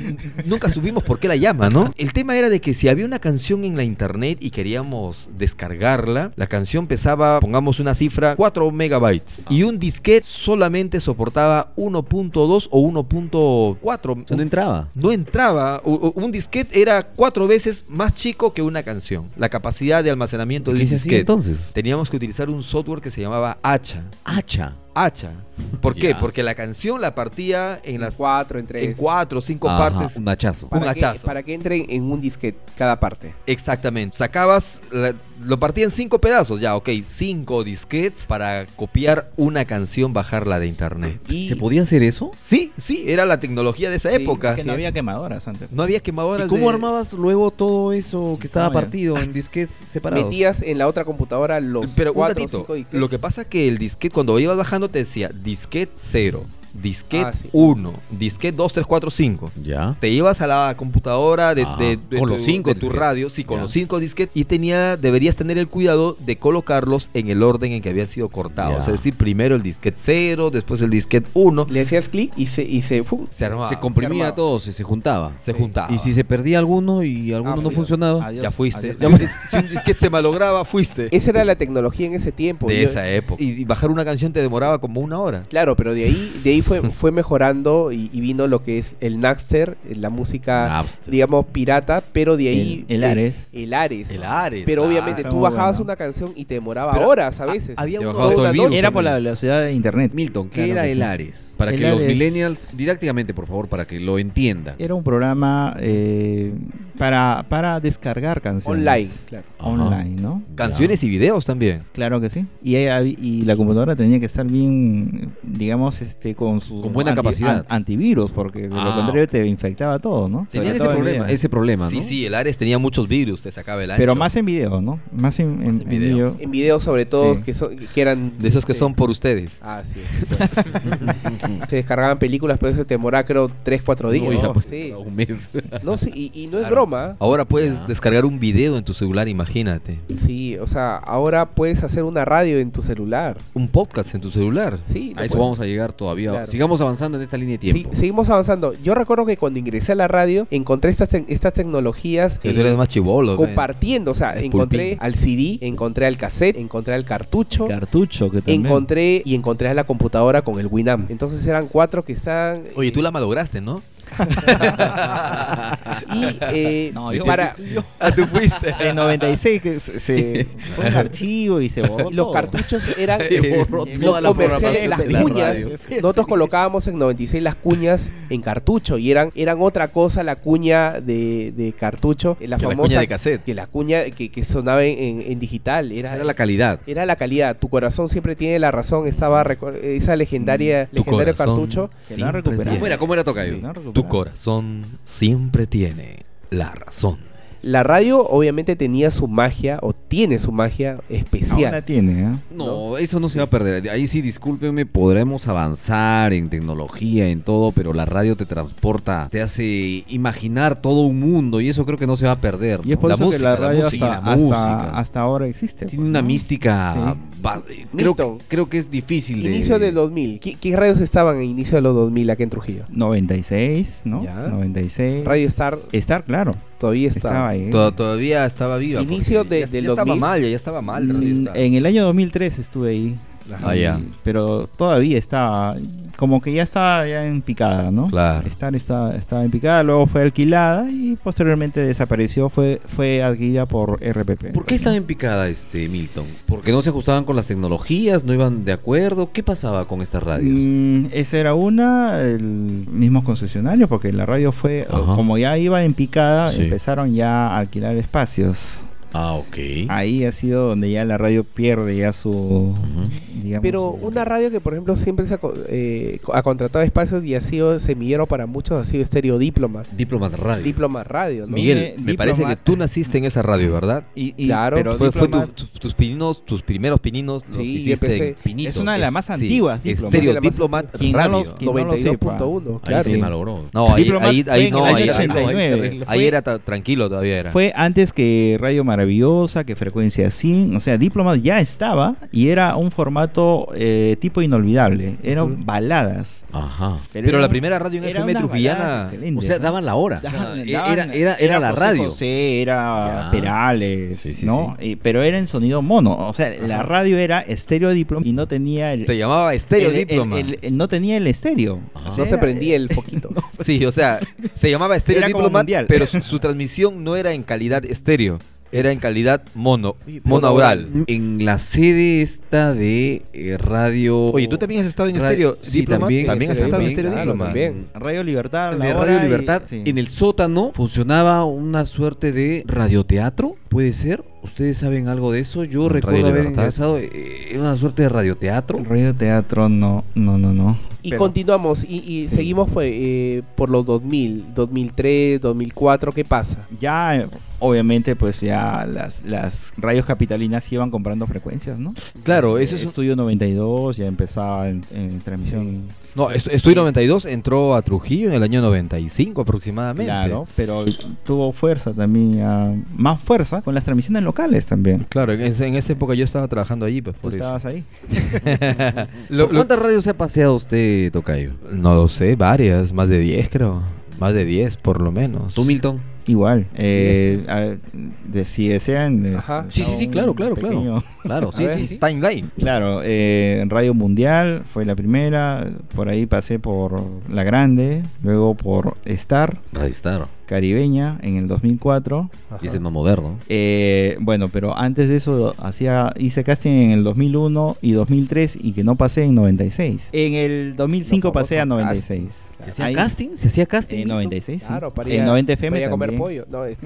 nunca supimos por qué la llama, ¿no? El tema era de que si había una canción en la internet y queríamos descargarla, la canción pesaba, pongamos una cifra, 4 megabytes. Y un disquete solamente soportaba 1.2 o 1.4.
¿Dónde entraba?
No entraba. u- u- Un disquete era cuatro veces más chico que una canción. La capacidad de almacenamiento de un
¿Qué se hacía
disquete.
entonces?
Teníamos que utilizar un software que se llamaba Hacha.
Hacha.
Hacha. ¿Por qué?
Ya.
Porque la canción la partía en las
cuatro, en tres.
en cuatro o cinco
Ajá,
partes.
Un hachazo.
para
un
que,
hachazo.
Para que entren en un disquete cada parte.
Exactamente. Sacabas, la- lo partía en cinco pedazos. Ya, ok, cinco disquetes para copiar una canción, bajarla de internet.
Y
¿Se podía hacer eso?
Sí, sí, era la tecnología de esa
Sí,
época.
Que
Así
no había
es.
quemadoras antes.
No había quemadoras.
¿Y cómo
de-
armabas luego todo eso que estaba
Ah, ya.
partido en disquetes separados?
metías en la otra computadora los
Pero un
cuatro,
ratito,
cinco disquetes.
lo que pasa que el disquete, cuando ibas bajando, te decía disquete 0, disquete
Ah, sí.
1, disquete 2, 3, 4, 5.
Ya.
Te ibas a la computadora de,
Ajá.
de- de
Con
tu,
los cinco
de tu
disquetes.
radio, sí, con
Ya.
los 5 disquetes, y tenía, deberías tener el cuidado de colocarlos en el orden en que habían sido cortados.
Ya.
Es decir, primero el disquete 0, después el disquete 1.
Le hacías clic y se, y se ¡fum!
Se armaba,
Se
se,
comprimía
Armado.
todo, se, se juntaba.
juntaba.
Y si se perdía alguno y alguno no
fuiste.
funcionaba.
Adiós,
ya fuiste.
adiós.
Si un, dis- si un disquete se malograba, fuiste.
Esa era la tecnología en ese tiempo.
De
Yo-
esa época. Y, y bajar una canción te demoraba como una hora.
Claro, pero de ahí, de ahí fue, fue mejorando y, y vino lo que es el Napster, eh, la música,
Napster.
digamos, pirata, pero de ahí...
El- el
eh,
Ares.
El Ares.
El Ares, ah,
Pero
claro.
obviamente tú
Muy
bajabas
bueno.
una canción y te demoraba
Pero
horas a veces.
había
Te
uno-
bajabas todo
Toda
el
una
virus.
Era por la
también.
velocidad de internet.
Milton, ¿qué
Claro
era
que
el
sí.
Ares? Para
El
que los
Ares-
millennials, didácticamente, por favor, para que lo entiendan.
Era un programa eh, para, para descargar canciones.
Online, claro.
Ajá.
Online, ¿no?
Canciones y videos también.
Claro que sí. Y, ahí hab- y la computadora tenía que estar bien, digamos, este, con su
Con buena capacidad.
antivirus, porque de
Ah.
lo contrario te infectaba todo, ¿no?
Tenían
Sobre
ese
todo en
problema,
video.
ese problema,
Sí,
¿no?
sí, el Ares tenía muchos virus, te sacaba el ancho.
Pero más en video, ¿no? Más en, en-
en
en
video.
video.
En videos sobre todo
Sí.
que, son- que eran...
De esos que
sí.
son por ustedes.
Ah, sí. sí, claro. Se descargaban películas, pero eso te demoraba creo 3, 4 días.
Uy, ya,
¿no?
pues,
Sí.
un mes.
No, sí, y, y no es
Claro.
broma. ¿ah?
Ahora puedes descargar un video en tu celular, imagínate.
Sí, o sea, ahora puedes hacer una radio en tu celular.
Un podcast en tu celular.
Sí, lo
A eso
puedes-
vamos a llegar todavía.
Claro.
Sigamos avanzando en esta línea de
Sí,
tiempo.
seguimos avanzando. Yo recuerdo que cuando ingresé a la radio encontré estas, te- estas tecnologías
Que
eh,
tú eres más chivolo.
compartiendo. O sea,
El
encontré
pulpín.
al CD, encontré al cassette, encontré al cartucho.
Cartucho que también.
Encontré y encontré a la computadora con el Winamp. Entonces eran cuatro que están.
Oye, tú la malograste, ¿no?
Y eh,
No, yo-
para,
Ah, tú fuiste.
En 96 que se, se fue un archivo y se borró.
los
todo.
cartuchos eran
Se borró
los
toda la
comerciales,
programación
las
de la
cuñas.
radio.
Nosotros colocábamos en 96 las cuñas en cartucho y eran, eran otra cosa la cuña de, de cartucho, eh, la
Que la
famosa
cuña de cassette.
que la cuña que, que sonaba en, en- en digital era,
Era la calidad.
era la calidad. Tu corazón siempre tiene la razón. Estaba recu- esa legendaria
Mm, Tu
legendario
corazón
cartucho.
Que no ha
siempre
recuperado.
tiene-
¿Cómo era? ¿Cómo era Tocayo?
Sí, no recuperado.
Tu corazón siempre tiene la razón.
La radio obviamente tenía su magia o tiene su magia especial.
Ahora tiene, ¿eh?
No, eso no se va a perder. Ahí sí, discúlpeme, podremos avanzar en tecnología, en todo, pero la radio te transporta, te hace imaginar todo un mundo y eso creo que no se va a perder.
Y es por
La
eso
música,
que
la
la radio
música,
hasta,
la
hasta-
música.
hasta ahora existe.
Tiene
pues,
una
¿no?
mística.
Sí.
va- creo, que,
Milton.
creo que es difícil. de-
Inicio del 2000. ¿Qué, qué radios estaban en inicio de los 2000 aquí en Trujillo?
96, ¿no?
Ya.
96.
Radio Star.
Star, claro.
Todavía estaba.
Estaba ahí.
Tod- todavía estaba viva.
Inicio
porque
de-
ya,
del
ya estaba
2000.
mal, ya, ya estaba mal.
Mm,
Radio Star.
en el año 2003 estuve ahí.
Ah, ya.
Pero todavía estaba, como que ya estaba ya en picada, ¿no?
Claro.
Star estaba, estaba en picada, luego fue alquilada y posteriormente desapareció, fue, fue adquirida por RPP.
¿Por qué estaba en picada este Milton? ¿Porque no se ajustaban con las tecnologías? ¿No iban de acuerdo? ¿Qué pasaba con estas radios?
Mm, esa era una, el mismo concesionario, porque la radio fue,
Ajá.
como ya iba en picada,
Sí.
empezaron ya a alquilar espacios.
Ah, ok.
Ahí ha sido donde ya la radio pierde ya su, digamos,
Pero
su-
una radio que, por ejemplo, siempre se ha, co- eh, co- ha contratado espacios y ha sido semillero para muchos, ha sido Estéreo Diploma.
Diplomat Radio.
Diploma Radio, ¿no?
Miguel,
Un, eh,
me parece que
diplomata.
tú naciste en esa radio, ¿verdad?
Y, y-
Claro,
pero
Fue, fue tu-
Diplomat-
tus- tus pininos, tus primeros pininos los
Sí,
hiciste en
empecé.
Pinito.
Es una de las más
sí,
antiguas, Diplomat.
Estéreo
Es de la más-
Diplomat
Quien no
Radio.
los- quien- no lo sepa.
92.1,
Ahí
claro.
se
Sí.
malogró.
No, ahí,
Diplomat
ahí, ahí
fue en
no,
el
ahí,
año
ahí- ahí-
89.
ahí era ta- tranquilo todavía era.
Fue antes que Radio Maravillosa, que Frecuencia 100, o sea, Diplomat ya estaba y era un formato eh, tipo inolvidable, eran
Ujú.
baladas.
Ajá.
Pero
era-
la primera radio en
era
FM
unas baladas
trujillana.
excelentes,
O sea,
¿no?
daban la hora. O sea,
Daban-
e-
daban-
era, era, era la
José
radio.
José, era
Ya.
Perales,
Sí, sí,
¿no? Y- pero era en sonido mono. O sea, la radio era estéreo diploma y no tenía el.
Se llamaba Estéreo
el- el-
Diploma.
el- el- no tenía el estéreo.
Ajá.
O sea,
No se
era-
prendía el foquito.
Sí, o sea, se llamaba Estéreo
Era como
Diploma,
mundial.
pero su, su transmisión no era en calidad estéreo, era en calidad mono,
Oye, pero-
monaural.
En la sede esta de eh, radio.
Oye, tú también has estado en
Radio-
Estéreo
Sí,
Diploma?
también.
También has
Estéreo
estado en
Diploma,
Estéreo
claro,
Diploma.
también.
Radio Libertad. la
de
hora
Radio
y-
Libertad.
sí.
En el sótano funcionaba una suerte de radioteatro, puede ser. Ustedes saben algo de eso. Yo
En
recuerdo
Radio
haber
Libertad.
ingresado eh, en una suerte de radioteatro.
Radio Teatro, no, no, no, no.
Y
Pero-
continuamos, y, y seguimos pues, eh, por los 2000, 2003, 2004, ¿qué pasa?
Ya, eh, obviamente, pues ya las, las radios capitalinas iban comprando frecuencias, ¿no?
Claro, eso es un-
Estudio 92 ya empezaba en, en transmisión.
No, estu- Estudio 92 entró a Trujillo en el año 95 aproximadamente.
Claro, pero tuvo fuerza también, ya, más fuerza con las transmisiones locales también.
Claro, en, ese- en esa época yo estaba trabajando allí, pues
Tú
por eso.
estabas ahí.
Lo-
¿Por
lo-
¿Cuántas radios se ha paseado usted, Tocayo?
no lo sé, varias, más de 10 creo. Más de 10 por lo menos.
¿Tú, Milton?
Igual. eh, a ver, de- si desean. eh,
Ajá.
Sí, sí, sí,
un
claro, claro, claro.
pequeño-
Claro,
A ver.
Timeline.
Claro, eh, Radio Mundial fue la primera. Por ahí pasé por La Grande, luego por Star
Radio Star.
Caribeña en el 2004.
Ajá.
Y ese es más moderno.
Eh, bueno, pero antes de eso hacía, hice casting en el 2001 y 2003 y que no pasé en 96. En el 2005
Los
pasé a
famosos
96.
¿Se hacía
Ahí-
casting? ¿Se hacía casting?
En
Milton?
96. sí.
Claro, para ir
en
a-
90 FM
para ir a comer
también. también.
pollo. No, es-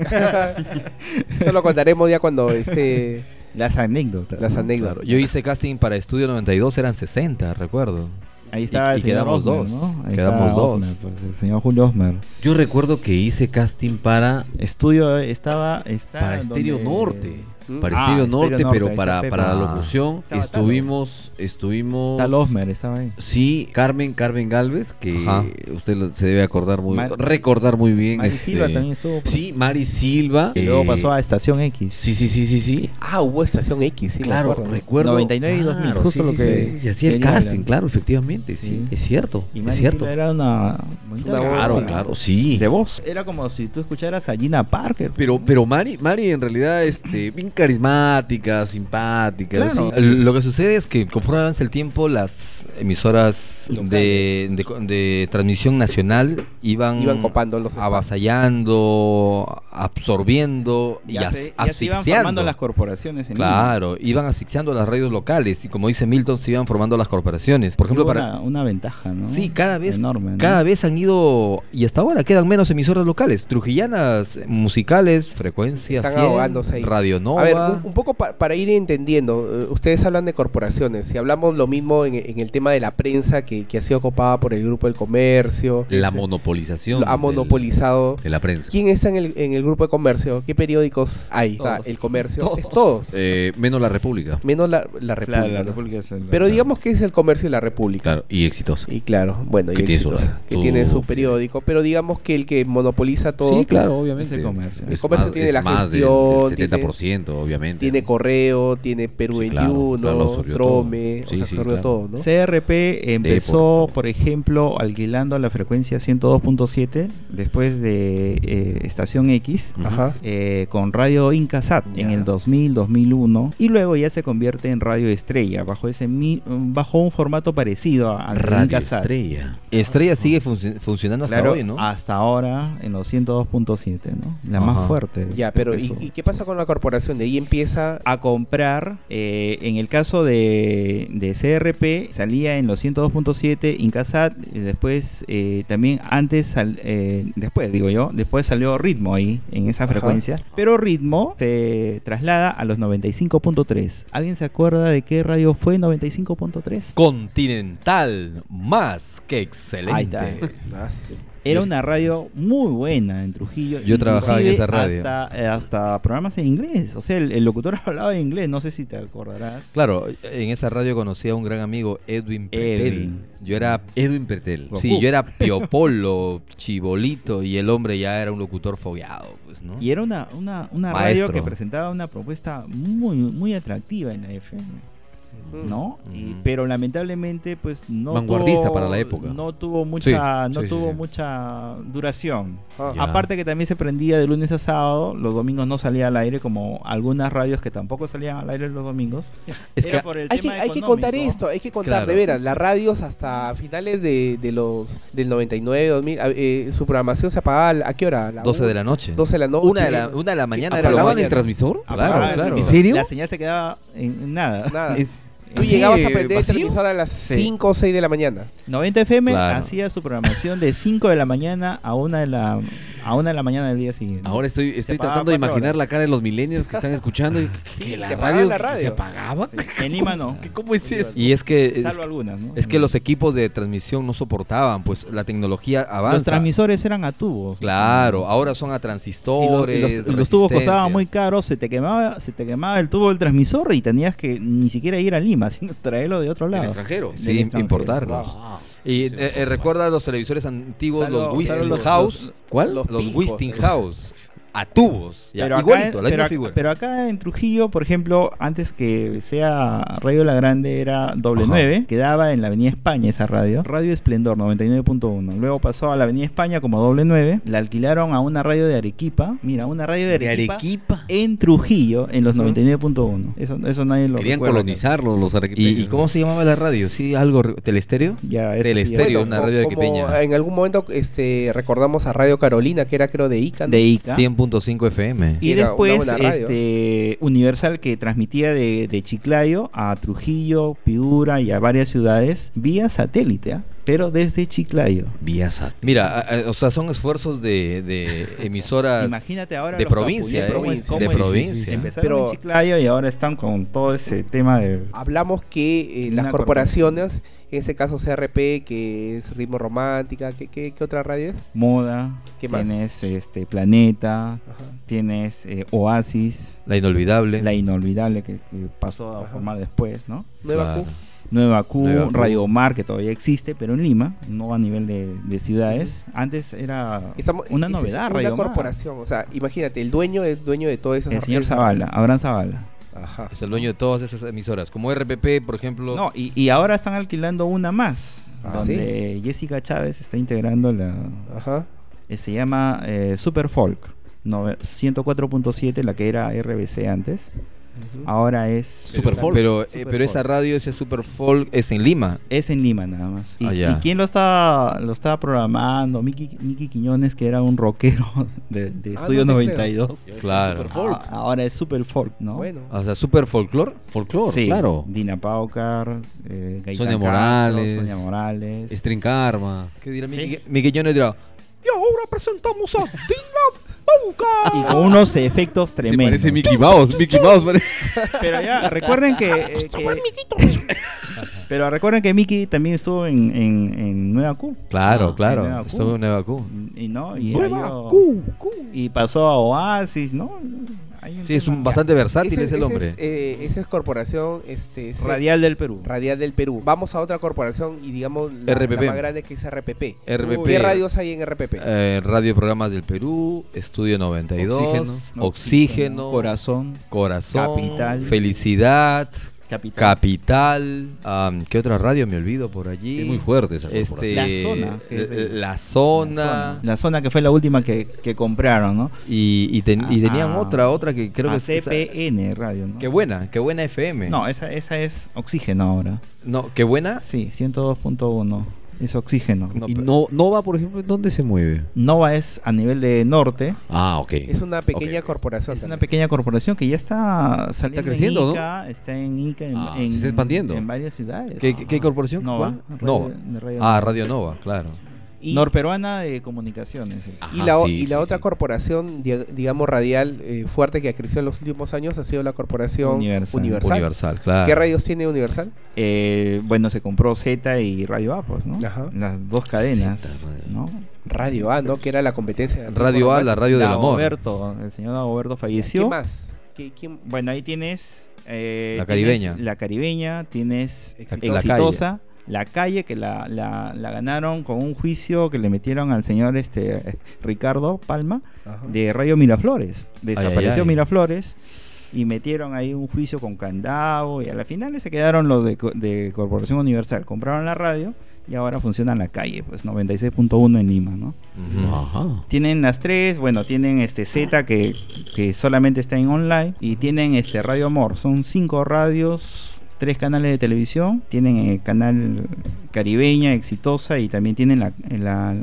Eso lo contaremos ya cuando este
Las anécdotas.
las
¿no?
anécdotas.
Claro, yo hice casting para Estudio 92, eran 60, recuerdo.
Ahí estaba
Y- y
el señor
quedamos
Osmer,
dos,
¿no? Ahí
quedamos
estaba
dos.
Osmer, pues, el señor Julio Osmer.
Yo recuerdo que hice casting para,
Estudio estaba. está
para
donde-
Estéreo Norte.
¿Mm?
Para
Ah,
Estéreo
Estéreo
Norte,
Norte, ahí
pero
está
para,
Pepe.
para la
Ah.
locución
Estaba Talo.
estuvimos, estuvimos...
Tal Osmer estaba ahí.
Sí, Carmen, Carmen Galvez, que
Ajá.
usted lo- se debe acordar muy
Mar-
recordar muy bien.
Mari
este,
Silva también estuvo. por ahí.
Sí, Mari Silva.
Y luego
eh,
pasó a Estación X.
Sí, sí, sí, sí, sí.
Ah, hubo estación X, sí, me
claro,
acuerdo.
recuerdo.
99 y 2000,
Claro,
justo
sí,
lo
sí,
que
sí, sí, sí, hacía el
quería
casting,
hablar.
claro, efectivamente, sí,
Sí.
es cierto,
Y
es
Mari
cierto.
Silva era una. bonita
Una voz,
Claro,
sí.
claro, sí.
De voz. Era como si tú escucharas a Gina Parker.
Pero, pero Mari, Mari en realidad, este, bien carismática, simpática.
Claro.
sí.
Lo que sucede es que conforme avanza el tiempo, las emisoras de, de- de transmisión nacional iban,
Iban copando los
avasallando, absorbiendo y as-
se, ya se iban formando
asfixiando.
las corporaciones en Lima.
Claro, iban asfixiando las radios locales y como dice Milton, se iban formando las corporaciones. Por ejemplo,
Tuvo
para...
una, una ventaja, ¿no?
Sí, cada vez,
Enorme, ¿no?
cada vez han ido, y hasta ahora quedan menos emisoras locales, trujillanas, musicales, frecuencias,
Están ahogándose ahí.
Radio Nova.
A ver, un, un poco pa- para ir entendiendo, eh, ustedes hablan de corporaciones y hablamos lo mismo en, en el tema de la prensa que, que ha sido copada por el grupo del comercio.
la
Ese-
monopolización.
lo ha
del-
monopolizado.
de la prensa.
¿Quién está en el, en el grupo de comercio? ¿Qué periódicos hay? O sea,
Todos.
el comercio es todos,
Eh, menos la República.
menos la, la República.
Claro, la
¿no?
República es el-
Pero digamos que es el comercio de la República.
Claro, y exitosa.
Y claro, bueno, y
Que tiene su-
exitosa, que
su-
tiene su periódico, pero digamos que el que monopoliza todo
claro,
obviamente. el comercio.
El comercio tiene la
del-
gestión,
del 70%, obviamente.
tiene correo, tiene Perú
Sí, claro,
21,
claro, lo absorbió
Trome,
todo.
o
Sí,
sea,
sí,
absorbió
claro.
todo, ¿no?
CRP empezó, por ejemplo, alquilando la frecuencia 102.7 después de eh, Estación X.
Ajá.
eh, con Radio Incasat en
Ya.
el 2000-2001 y luego ya se convierte en Radio Estrella bajo ese mi- bajo un formato parecido a- al de
Radio
Incasat.
Estrella.
Estrella sigue funci- funcionando hasta
Claro,
hoy, ¿no?
ah.
hasta ahora en los 102.7, ¿no? La
Ajá.
más fuerte.
Ya, pero ¿y,
Eso.
y qué pasa con la corporación? De ahí empieza
a comprar. eh, en el caso de, de CRP, salía en los 102.7, Incasat, eh, después eh, también antes, sal- eh, después digo yo, después salió Ritmo ahí, en esa
Ajá.
frecuencia. Pero Ritmo se traslada a los 95.3. ¿Alguien se acuerda de qué radio fue 95.3?
Continental, más que
Ahí
excelente.
está.
Ah, sí.
Era una radio muy buena en Trujillo.
Yo trabajaba en
inclusive
esa radio.
Hasta, eh, hasta programas en inglés. O sea, el, el locutor hablaba en inglés. No sé si te acordarás.
Claro, en esa radio conocí a un gran amigo, Edwin Pretel.
Edwin.
Yo era...
Edwin Pretel.
Sí, yo era Piopolo, Chibolito, y el hombre ya era un locutor fogueado, pues, ¿no?
Y era una, una, una
Maestro.
radio que presentaba una propuesta muy, muy atractiva en la FM, ¿no? Y-
Ujú.
pero lamentablemente, pues no
Vanguardista
tuvo-
para la época.
No tuvo mucha,
Sí,
no
sí, sí,
tuvo
sí.
mucha duración.
Ah,
Ya.
Aparte que también se prendía de lunes a sábado, los domingos no salía al aire, como algunas radios que tampoco salían al aire los domingos.
Es
Era
que
por el
Hay que,
tema
hay que
económico.
contar esto, hay que contar,
Claro.
de veras, las radios hasta finales de, de los del 99, 2000, a- eh, su programación se apagaba a la- a qué hora? A la
12
una-
de la noche.
12 de la noche.
Una de la, una de la mañana era lo
apagaban
más...
el
transmisor?
Claro,
Apagaban
claro.
el-
¿En serio?
La señal se quedaba en, en nada.
Nada.
Es-
Tú
¿Así,
llegabas a
eh,
prender el
vacío?
televisor a las
Sí.
5 o 6 de la mañana.
90 FM
Claro.
hacía su programación de 5 de la mañana a 1 de la, a una de la mañana del día siguiente.
Ahora estoy, estoy
apagaba
tratando de
cuatro
imaginar
horas.
la cara de los millennials que están escuchando. y que-
que
que
apagaban la
que
radio.
se apagaba.
Sí. En Lima no.
¿Cómo es eso?
Y es que... es-
Salvo algunas, ¿no?
Es que los equipos de transmisión no soportaban, pues la tecnología avanza.
Los transmisores eran a tubos.
Claro, ahora son
Y
a
los,
transistores.
y los- y los tubos costaban
resistencias.
muy caros, se te quemaba, se te quemaba el tubo del transmisor y tenías que ni siquiera ir a Lima, sino traerlo de otro
El
lado.
extranjero.
Sí,
del
im-
extranjero.
importarlos.
Ah.
Y eh, eh, recuerda los televisores antiguos,
Salvo-
los
salvo
Westinghouse.
los-
¿Cuál?
los-
los
pijos.
Westinghouse. A tubos. ya,
Pero acá
igualito,
en- pero
la misma
acá-
figura.
pero acá en Trujillo, por ejemplo, antes que sea Radio La Grande era doble
Ajá.
9, quedaba en la Avenida España esa radio. Radio Esplendor 99.1. Luego pasó a la Avenida España como doble 9. La alquilaron a una radio de Arequipa. Mira, una radio de
De
Arequipa.
Arequipa.
En Trujillo, en los 99.1. Eso, eso nadie lo
Querían
recuerda.
colonizarlos los arequipeños.
¿Y, y cómo se llamaba la radio? ¿Sí? ¿Algo? re- ¿Telestereo?
Ya, eso
Del
sí,
estéreo,
bueno,
una radio
como
arequipeña.
En algún momento este, recordamos a Radio Carolina, que era creo de Ica. ¿no?
De Ica.
100.5 FM.
Y
Era una
después
buena radio.
este, Universal que transmitía de, de Chiclayo a Trujillo, Piura y a varias ciudades vía satélite, ¿ah? pero desde Chiclayo.
Vía sat.
Mira, a- a- o sea, son esfuerzos de, de emisoras.
Imagínate ahora
de
los
provincia,
capulleros,
¿eh?
cómo
de
es- cómo es-
provincia.
Empezaron
Pero-
en Chiclayo y ahora están con todo ese tema de
Hablamos que eh,
Una
las corporaciones, en ese caso CRP, que es Ritmo Romántica, ¿qué, qué, qué otra radio es?
moda,
¿Qué más?
tienes este Planeta,
Ajá.
tienes eh, Oasis,
La inolvidable.
La Inolvidable que, que pasó a
Ajá.
formar después, ¿no?
Nueva
Claro.
Q.
Nueva Q,
Nueva Q.
Radio Mar, que todavía existe, pero en Lima, no a nivel de, de ciudades. Antes era
Estamos-
una
es- es
novedad,
Una
Radio Mar.
corporación, o sea, imagínate, el dueño es dueño de todo eso.
El señor Zavala, Abraham Zavala.
Ajá.
Es el dueño de todas esas emisoras. Como RPP, por ejemplo.
No, y, y ahora están alquilando una más,
¿Ah,
donde Jessica Chávez está integrando la...
Ajá.
eh, Se llama eh, Super Folk. no- 104.7, la que era RBC antes.
Ujú.
Ahora es...
Superfolk. Pero, eh,
Superfolk.
pero esa radio, ese Superfolk, es en Lima.
Es en Lima nada más. ¿Y,
Ah, ya.
y quién lo está lo estaba programando? Miki, Miki Quiñones, que era un rockero de, de
Ah,
Estudio
no te creo.
92.
Claro.
Ah, ahora es super folk, ¿no?
Bueno.
O sea, super folclore.
Folclor,
Sí,
claro.
Dina Paucar, eh, Gaitán
Sonia
Castro,
Morales.
Sonia Morales.
String Karma.
¿Qué dirá
Sí.
Miguel- Miguel Jones dirá? Y ahora presentamos a Dina
Y con unos efectos
Se
tremendos.
parece Mickey Mouse. Mickey Mouse parece.
Pero ya, recuerden que. eh, que- pero recuerden que Miki también estuvo en, en- en Nueva Q.
Claro,
Ah, en Nueva
claro.
Q.
Estuvo en Nueva Q.
Y no, y,
Nueva
hay-
Q, Q.
y pasó a Oasis, ¿no? Hay
Sí, es un
tema-
bastante versátil
Ese-
es el
ese
hombre.
es, eh, esa es corporación este, es-
Radial del Perú.
Radial del Perú. Vamos a otra corporación y digamos la,
RPP.
la más grande que es RPP.
RPP.
¿Qué radios hay en RPP?
Eh, Radio Programas del Perú, Estudio 92, Oxígeno,
Oxígeno. Corazón,
Corazón,
Capital.
Felicidad,
Capital.
Capital. am, ¿Qué otra radio me olvido por allí?
Es muy fuerte esa
Este,
corporación.
La Zona, que es
eh,
el-
La Zona,
La zona que fue la última que, que compraron, ¿no?
Y, y ten- y
Ah,
tenían
ah.
otra, otra que creo
A
que es-
CPN Radio, ¿no?
Qué buena, qué buena FM.
No, eh. esa, esa es Oxígeno ahora.
No, qué buena.
Sí, 102.1 es Oxígeno.
No,
Y
pero-
no, Nova, por ejemplo, ¿dónde se mueve?
Nova es a nivel de norte.
Ah, ok.
es una pequeña
ok.
corporación.
Es una
también.
pequeña corporación que ya está saliendo
Está creciendo,
en
¿no?
Ica, está en Ica, en,
Ah,
en-
se está expandiendo.
en varias ciudades.
¿Qué, qué- qué corporación?
Nova.
¿Cuál?
Radio-
Nova.
de Radio
ah,
Nova.
Radio Nova, claro.
Y-
Norperuana de Comunicaciones. es.
Y
Ajá,
la, o-
sí,
y la
sí,
otra
sí.
corporación, di- digamos, radial eh, fuerte que ha crecido en los últimos años ha sido la corporación Universal.
Universal.
Universal, claro.
¿Qué radios tiene Universal?
Eh, bueno, se compró Z y Radio A, pues, ¿no?
Ajá.
Las dos cadenas,
Zeta, Radio.
¿no?
Radio A, ¿no? Que era la competencia. de
Radio A, la radio del amor.
Dagoberto, el señor Dagoberto falleció.
¿Qué más? ¿Qué- quién-
Bueno, ahí tienes. eh,
La
tienes
caribeña.
la caribeña, tienes
Exitosa.
exitosa.
La
La calle que la, la- la ganaron con un juicio que le metieron al señor este Ricardo Palma
Ajá.
de Radio Miraflores.
Ay, ay,
Desapareció
ay.
Miraflores y metieron ahí un juicio con candado y a la final se quedaron los de, co- de Corporación Universal. Compraron la radio y ahora funciona en la calle, pues 96.1 en Lima, ¿no?
Ujú.
Ajá.
Tienen las tres, bueno, tienen este Z que, que solamente está en online y tienen este Radio Amor. Son cinco radios, tres canales de televisión, tienen el canal caribeña, exitosa y también tienen la, la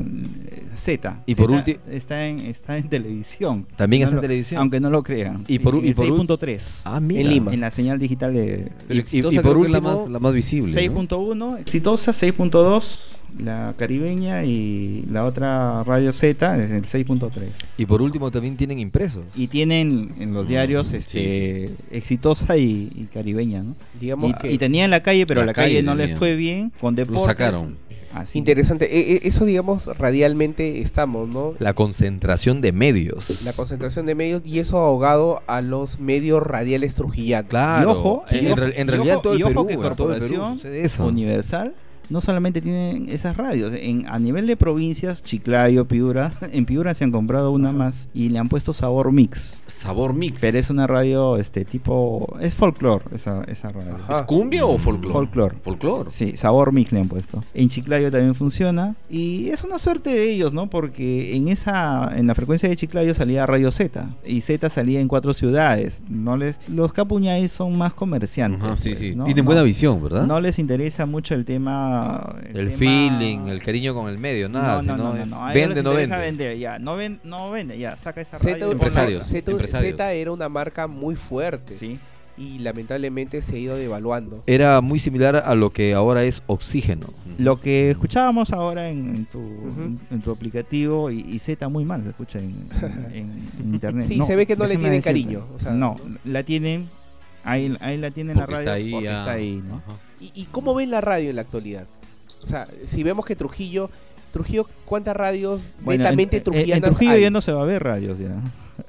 Z.
Y por
Z
ulti-
está en, está en televisión.
También
No
está en
lo-
televisión.
Aunque no lo crean.
Y por u-
en
y
el
por ul-
6.3.
Ah, mira.
En Lima.
En la señal digital de
Pero
Y- y-
exitosa
y por
creo que es la
último,
más, la más visible. ¿no?
6.1, exitosa, 6.2, la caribeña y la otra radio Z es el 6.3.
Y por último también tienen impresos.
Y tienen en
Ah,
los diarios este, exitosa y, y caribeña, ¿no?
Digamos
Y,
que...
y tenían la calle, pero
La
la, calle,
calle
no les
tenían.
fue bien. Con deportes.
sacaron.
Así.
Interesante. E- e- eso, digamos, radialmente estamos, ¿no?
La concentración de medios.
La concentración de medios y eso ahogado a los medios radiales trujillanos.
Y
Claro.
ojo,
en,
y
en
ojo-
real- en
y ojo-
realidad todo el
y ojo
Perú,
que
en todo el Perú
Corporación
sucede eso.
Universal no solamente tienen esas radios, en, a nivel de provincias, Chiclayo, Piura, en Piura se han comprado una más y le han puesto sabor mix.
Sabor mix.
Pero es una radio este tipo, es folclore esa, esa radio.
Ajá.
¿Es cumbia o folclor?
Folclore.
Folclor.
Sí, sabor mix le han puesto. En Chiclayo también funciona. Y es una suerte de ellos, ¿no? Porque en esa, en la frecuencia de Chiclayo salía Radio Z. Y Z salía en cuatro ciudades. No les, los capuñaes son más comerciantes.
Ajá, sí,
pues,
sí.
¿no?
Tienen
No-
buena visión, ¿verdad?
No les interesa mucho el tema tema.
El
tema-
feeling, el cariño con el medio,
No, no,
nada. sino
no, no,
es
no, a ellos
Vende,
les
no
interesa
vende.
vender, ya. No, ven- no vende, ya. Saca esa
Z,
radio.
una-
ponla-
Empresarios,
Z,
empresarios.
Z era una marca muy fuerte
Sí.
y lamentablemente se ha ido devaluando.
Era muy similar a lo que ahora es Oxígeno.
Lo que escuchábamos ahora en, en tu,
Ujú.
en tu aplicativo y, y Z muy mal se escucha en, en- en- en internet.
Sí, se ve que no le
déjame
tienen cariño, o sea,
no, la tienen, ahí, ahí la tienen en la
Porque
radio
está ahí,
porque
ah.
está ahí, ¿no?
Ajá.
¿Y, y cómo ven la radio en la actualidad? O sea, si vemos que Trujillo, Trujillo, ¿cuántas radios
Bueno, en,
netamente
en- en
trujillanas
Trujillo
hay?
ya no se va a ver radios ya.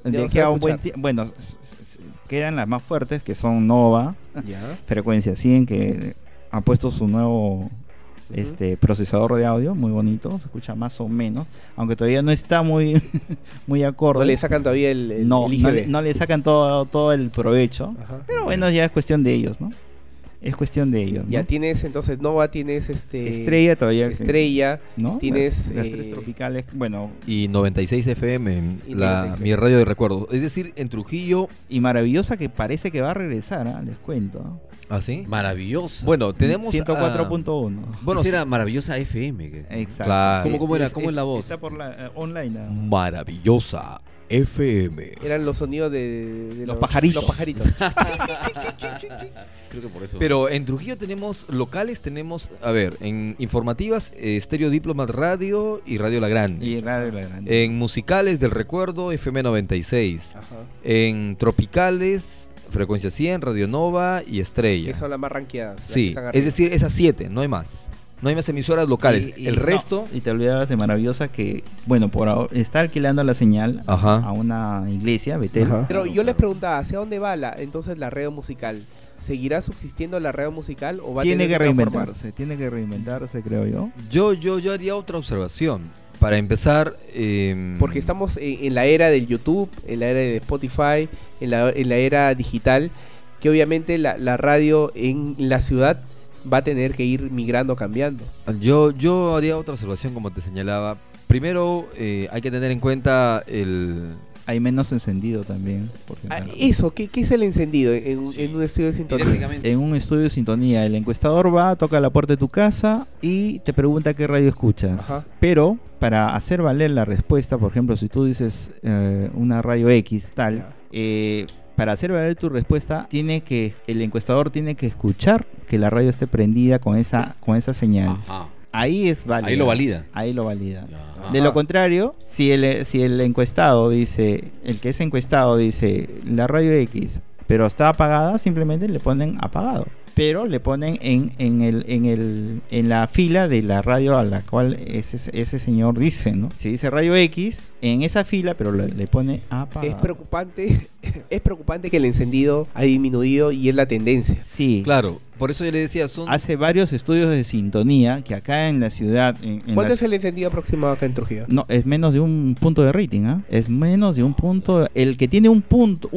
Ya
De
no
aquí
se va
a
a
un buen
escuchar.
tie- bueno, s- s- s- quedan las más fuertes que son Nova, Frecuencia 100 que ha puesto su nuevo este procesador de audio muy bonito, se escucha más o menos, aunque todavía no está muy muy acorde.
No le sacan todavía el, el-
no,
el
no
IGB.
le, no le sacan todo, todo el provecho.
Ajá.
Pero bueno, ya es cuestión de ellos, ¿no? Es cuestión de ellos. ¿no?
Ya tienes entonces Nova, tienes este
Estrella todavía. que-
Estrella,
¿no?
tienes,
Las, las
eh,
tres tropicales. Bueno,
Y 96 FM,
Y
la,
96.
mi radio de recuerdo. Es decir, en Trujillo,
y maravillosa que parece que va a regresar, ¿ah? les cuento.
¿así?
Maravillosa.
Bueno, tenemos. a-
104.1.
bueno,
Esa era maravillosa FM. que-
Exacto.
Claro.
¿Cómo- cómo era-
Es-
cómo es la voz?
Está por la eh, online. nada más.
Maravillosa FM.
eran los sonidos de, de
Los pajaritos.
Los pajaritos.
Creo que por eso.
Pero en Trujillo tenemos locales, tenemos, a ver, en informativas, eh, Estéreo Diplomat Radio y Radio La Grande.
Y Radio La Grande.
En musicales del recuerdo, FM 96.
Ajá.
En tropicales, Frecuencia 100, Radio Nova y Estrella.
Que son las más ranqueadas. las que
Sí,
están
es
arriba.
decir, esas siete, no hay más. No hay más emisoras locales.
Y- y-
El
no,
resto,
y te olvidabas de Maravillosa que, bueno, por ahora está alquilando la señal a-
Ajá.
a una iglesia, Betel.
Pero yo les preguntaba, ¿hacia dónde va la, entonces la radio musical? ¿Seguirá subsistiendo la radio musical o va
Tiene
a
que
tener transformar?
reinventarse, tiene que reinventarse, creo yo.
yo, yo, yo haría otra observación. Para empezar, em,
Porque estamos en, en la era del YouTube, en la era de Spotify, en la, en la era digital, que obviamente la, la radio en la ciudad va a tener que ir migrando, cambiando.
Yo, yo haría otra observación, como te señalaba. Primero, eh, hay que tener en cuenta el.
Hay menos encendido también. por
Ah,
ejemplo.
eso, ¿qué, qué es el encendido en, un-
Sí.
en un estudio de sintonía?
Directamente.
En un estudio de sintonía, el encuestador va, toca la puerta de tu casa y te pregunta qué radio escuchas.
Ajá.
Pero para hacer valer la respuesta, por ejemplo, si tú dices eh, una radio X tal,
Ya.
eh, para hacer valer tu respuesta, tiene que el encuestador tiene que escuchar que la radio esté prendida con esa con esa señal.
Ah.
Ajá.
Ahí es válido.
Ahí lo valida.
Ahí lo valida.
Ajá.
De lo contrario, si el, eh, si el encuestado dice, el que es encuestado dice la radio X, pero está apagada, simplemente le ponen apagado. Pero le ponen en, en, el, en, el, en la fila de la radio a la cual ese, ese señor dice, ¿no? Si dice radio X, en esa fila, pero le, le pone apagado.
Es preocupante, es preocupante que el encendido ha disminuido y es la tendencia.
Sí,
Claro, por eso yo le decía, son.
hace varios estudios de sintonía que acá en la ciudad... En, en
¿Cuánto
las-
es el encendido aproximado acá en Trujillo?
No, es menos de un punto de rating, ¿ah? Es menos de un punto. El que tiene un punto,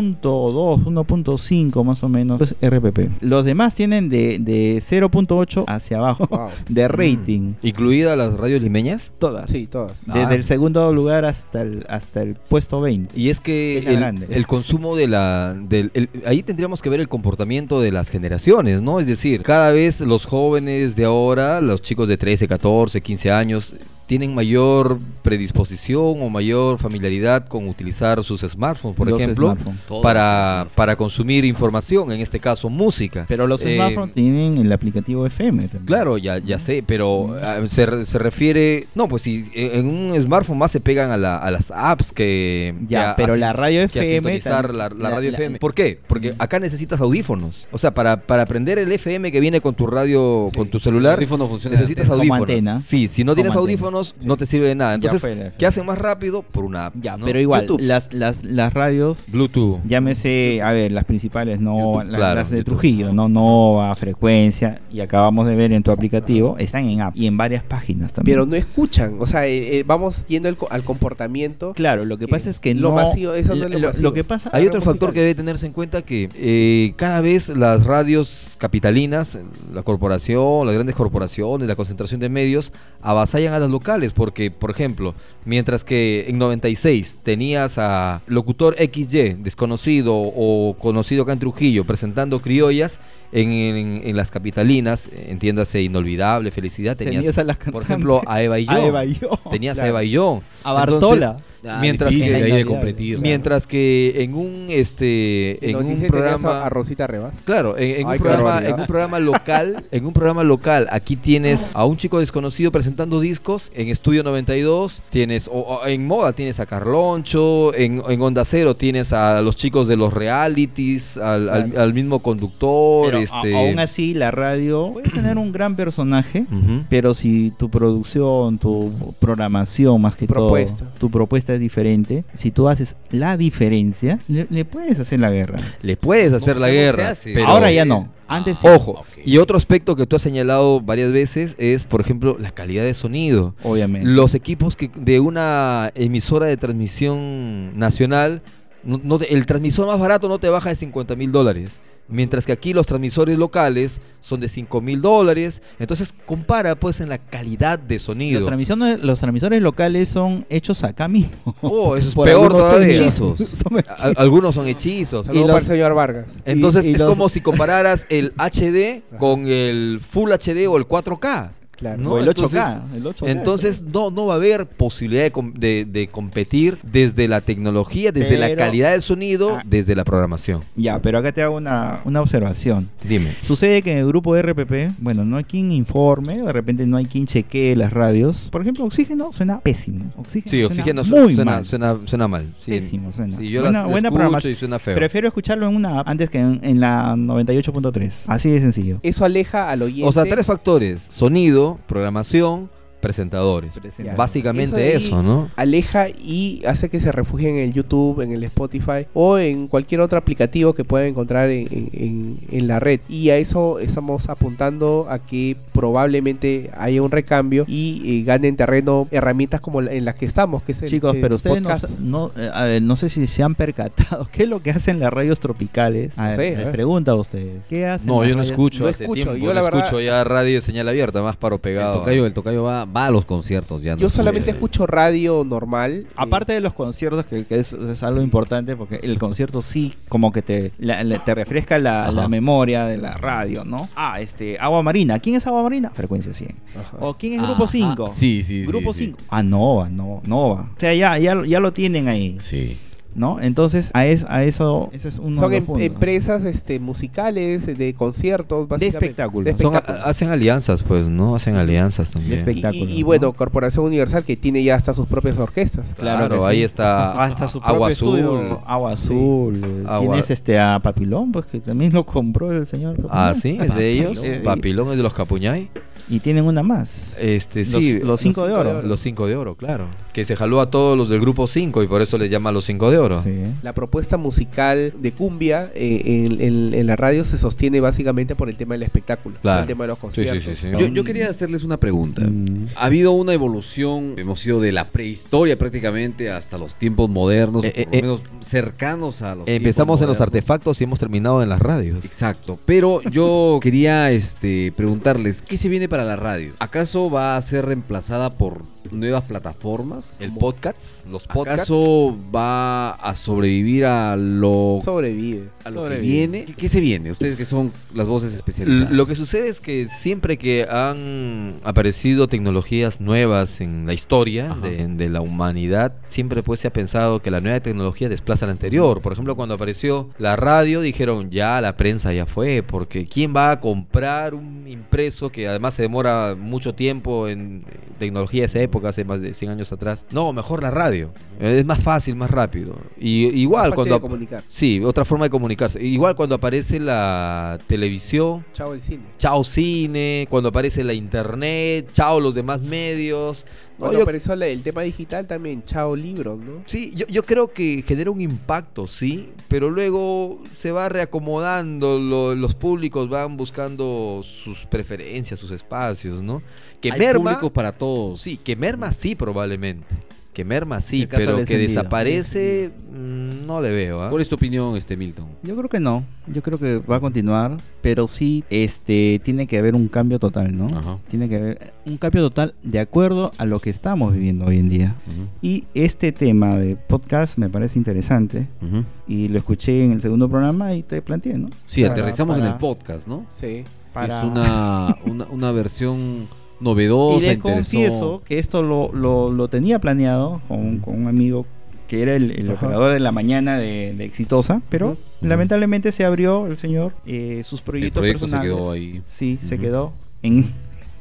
1.2, 1.5 más o menos, es RPP. Los demás tienen de, de 0.8 hacia abajo
Wow.
de rating.
Incluida Mm, las radios limeñas.
Todas.
Sí, todas.
Ah.
Desde el segundo lugar hasta el, hasta el puesto 20.
Y es que
Es la
el,
grande.
el consumo de la... del- el- ahí tendríamos que ver el comportamiento de las generaciones, ¿no? Es decir, cada vez los jóvenes de ahora, los chicos de 13, 14, 15 años, tienen mayor predisposición o mayor familiaridad con utilizar sus smartphones, por
Los
ejemplo,
smartphones.
Todos
para, para consumir información, en este caso música.
Pero los
Eh,
smartphones tienen el aplicativo FM también.
Claro, ya, ya sé, pero ah, se, re- se refiere... No, pues si en un smartphone más se pegan a, la- a las apps que...
Ya,
que
pero
hacen-
la radio
que a
FM.
sintonizar
tam-
la, la radio
la- Mm.
FM. ¿Por qué? Porque acá necesitas audífonos. O sea, para, para aprender el FM que viene con tu radio, con tu
El
celular,
teléfono funciona.
necesitas
Como
audífonos.
antena.
Sí, si no
Como
tienes
antena.
audífonos, no te sirve de nada. Entonces,
fue la FM.
¿qué hacen más rápido? Por una app.
Ya,
¿no?
pero igual,
YouTube.
las, las, las radios
Bluetooth.
Llámese, a ver, las principales, no
YouTube,
la-
claro,
las de
YouTube.
Trujillo, no Nova, Frecuencia, y acabamos de ver en tu aplicativo, están en app y en varias páginas también.
Pero no escuchan, o sea, eh, eh, vamos yendo al, co- al comportamiento.
claro, lo que
que
pasa es que
lo
no.
vacío, eso no es lo vacío.
que pasa. ah,
Hay otro
musical.
factor que debe tenerse en cuenta que eh, cada vez las radios capitalinas, la corporación, las grandes corporaciones, la concentración de medios, avasallan a las locales, porque, por ejemplo, mientras que en 96 tenías a locutor XY, desconocido o conocido acá en Trujillo, presentando criollas, en, en- en las capitalinas, entiéndase, inolvidable, felicidad, tenías,
Tenías a las
por ejemplo, a Eva y yo.
A Eva y yo,
Tenías a
claro.
Eva y yo.
A Bartola.
Ah,
mientras
difícil
que
ahí de
Navidad,
competir.
Mientras que en un este en un
97 tenías
programa
a Rosita Rebas.
Claro, en, en
Ay,
un
qué
programa,
barbaridad.
en un programa local, en un programa local, aquí tienes a un chico desconocido presentando discos, en Estudio 92 tienes, o, o en Moda tienes a Carloncho, en, en Onda Cero tienes a los chicos de los realities, al, al- al mismo conductor,
Pero a-
este...
aún así, la radio puede tener un gran personaje.
Ujú.
Pero si tu producción, tu programación más que
Propuesta.
todo, tu propuesta es diferente, si tú haces la diferencia, le, le puedes hacer la guerra.
Le puedes hacer
No,
la
no se
guerra.
hace.
pero- Ah.
Ahora ya no. Antes sí.
Ojo,
Ok.
y otro aspecto que tú has señalado varias veces es, por ejemplo, la calidad de sonido.
obviamente.
Los equipos que de una emisora de transmisión nacional, no- no te- el transmisor más barato no te baja de 50 mil dólares. Mientras que aquí los transmisores locales son de 5 mil dólares. Entonces compara pues en la calidad de
los,
sonido.
transmisiones, los transmisores locales son hechos acá mismo.
Oh, eso es
Por
peor
algunos
todavía.
hechizos. Son
A- Algunos son hechizos.
Saludos
Y
para el
los-
señor Vargas.
entonces
Y- y
es
los-
como si compararas el HD con el Full HD o el 4K.
Claro.
¿no?
O el
Entonces-
8K, el 8K.
Entonces no, no va a haber posibilidad de, com- de- de competir desde la tecnología, desde la
Pero-
calidad del sonido,
Ah.
desde la programación.
Ya, pero acá te hago una, una observación.
Dime.
Sucede que en el grupo de RPP, bueno, no hay quien informe, de repente no hay quien chequee las radios. Por ejemplo, Oxígeno suena pésimo. Oxígeno
Sí,
suena
oxígeno suena,
muy
suena,
mal.
suena, suena mal. Sí.
Pésimo suena.
Sí, yo
Buena-
la, la
buena
escucho
programación.
y suena feo.
Prefiero escucharlo en una app antes que en, en la 98.3. Así de sencillo.
Eso aleja al oyente.
O sea, tres factores. Sonido, programación, presentadores.
Presentadores.
Básicamente
Eso
eso,
ahí-
¿no?
aleja y hace que se refugien en el YouTube, en el Spotify o en cualquier otro aplicativo que puedan encontrar en, en- en- en la red. Y a eso estamos apuntando a que probablemente haya un recambio y eh, ganen terreno herramientas como la- en las que estamos, que es el
Chicos,
eh,
pero ustedes no,
podcast.
sa- no, eh, a ver, no sé si se han percatado. ¿Qué es lo que hacen las radios tropicales? A
No
ver,
sé, a
les
ver.
pregunto a ustedes. ¿Qué hacen
No,
las
yo no
radios-
escucho.
No
hace
escucho,
tiempo,
yo la
no
verdad-
escucho ya radio de señal abierta, más paro
El
pegado.
tocayo, el tocayo va, va a los conciertos ya. no
Yo solamente
escucha.
escucho radio normal. eh,
Aparte de los conciertos, que, que es, es algo importante, porque el concierto sí como que te, la- la- te refresca la,
Ajá.
la memoria de la radio, ¿no? Ah, este, Agua Marina. ¿Quién es Agua Marina? Frecuencia 100.
ajá.
¿O quién es Grupo
Ajá.
5?
Sí, sí, sí.
Grupo
sí.
5. Ah, Nova, no, Nova. O sea, ya, ya, lo- ya lo tienen ahí,
Sí.
¿no? Entonces, a, es- a eso, ese es uno
Son
de los
em-
puntos.
empresas este, musicales, eh, de conciertos, básicamente.
espectáculos.
De
Son-
espectáculos.
hacen alianzas, pues, ¿no? Hacen alianzas
De
también.
espect-
Y-
espectáculos,
y, y
¿no?
bueno, Corporación Universal que tiene ya hasta sus propias orquestas.
Claro,
Claro que
ahí
sí.
está
Hasta su propio
Agua Azul.
estudio, Agua Azul. eh,
Agua-
Tienes este a Papilón, pues que también lo compró el señor. Papilón.
Ah, sí, es de ellos.
Papilón.
Papilón es de los Capuñay.
Y tienen una más.
Este,
Los-
sí.
los cinco de oro.
Los cinco de oro, claro. Que se jaló a todos los del grupo 5 y por eso les llama los cinco de oro.
Sí.
La propuesta musical de cumbia eh, en, en- en la radio se sostiene básicamente por el tema del espectáculo, por
Claro.
el tema de los
Sí, sí,
conciertos.
sí, sí.
Yo, yo quería hacerles una pregunta.
Mm.
Ha habido una evolución, hemos ido de la prehistoria prácticamente hasta los tiempos modernos,
Eh,
por lo
eh,
menos cercanos a los
Empezamos en
tiempos
los
modernos.
artefactos y hemos terminado en las radios.
Exacto, pero yo quería este, preguntarles, ¿qué se viene para la radio? ¿Acaso va a ser reemplazada por nuevas plataformas?
El podcast, los podcasts.
¿Acaso va a sobrevivir a lo,
Sobrevive.
a lo que viene? ¿Qué, qué se viene? Ustedes que son las voces
L-
especializadas.
Lo que sucede es que siempre que han aparecido tecnologías nuevas en la historia de, de la humanidad, siempre pues se ha pensado que la nueva tecnología desplaza a la anterior. Por ejemplo, cuando apareció la radio, dijeron ya la prensa ya fue, porque ¿quién va a comprar un impreso que además se demora mucho tiempo en eh, tecnología de esa época, hace más de 100 años atrás? No, mejor la radio. Eh, Es más fácil, más rápido. Y igual
Fácil
cuando...
de
ap-
comunicar.
Sí, otra forma de comunicarse. Igual cuando aparece la televisión,
Chao el cine.
chao cine, cuando aparece la internet, chao los demás medios. No,
Cuando
yo-
apareció la- el tema digital también, chao libros, ¿no?
sí, yo, yo creo que genera un impacto, sí, pero luego se va reacomodando, lo- los públicos van buscando sus preferencias, sus espacios, ¿no? Que
Hay
merma,
públicos para todos.
sí, que merma sí probablemente. Que merma sí,
El caso
pero
del
que
encendido.
desaparece, mm, no le veo. ¿ah?
¿Cuál es tu opinión, este Milton?
Yo creo que no, yo creo que va a continuar, pero sí este tiene que haber un cambio total, ¿no?
Ajá.
Tiene que haber un cambio total de acuerdo a lo que estamos viviendo hoy en día. Y este tema de podcast me parece interesante
Ujú.
y lo escuché en el segundo programa y te planteé, ¿no?
Sí,
Para-
aterrizamos en
para-
el podcast, ¿no?
Sí.
para-
Es una, una, una versión novedosa,
Y les
interesó-
confieso que esto lo, lo- lo tenía planeado con, con un amigo que era el, el operador de la mañana de, de Exitosa, pero lamentablemente se abrió el señor, eh, sus
El
proyectos
proyecto se
personales.
quedó ahí.
Sí, se
Ujú.
quedó en,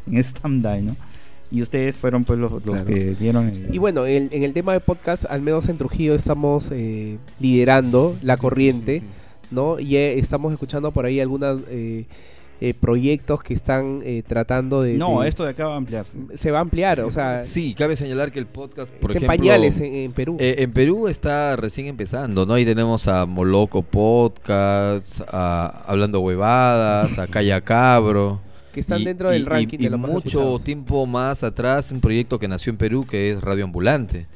en stand-by, ¿no? Y ustedes fueron pues los, los
Claro.
que dieron el-
Y bueno, en, en el tema de podcast, al menos en Trujillo estamos eh, liderando la corriente, ¿no? Y eh, estamos escuchando por ahí algunos proyectos que están eh, tratando de...
No,
de-
esto de acá va a ampliarse.
Se va a ampliar, o sea,
Sí, cabe señalar que el podcast, por
está en
ejemplo,
pañales en, en Perú.
Eh, en Perú está recién empezando, ¿no? Ahí tenemos a Moloco Podcast, a Hablando Huevadas, a Calla Cabro.
que están
Y-
dentro del
y-
ranking
y,
de los más
mucho
escuchados.
tiempo más atrás, un proyecto que nació en Perú que es Radio Ambulante,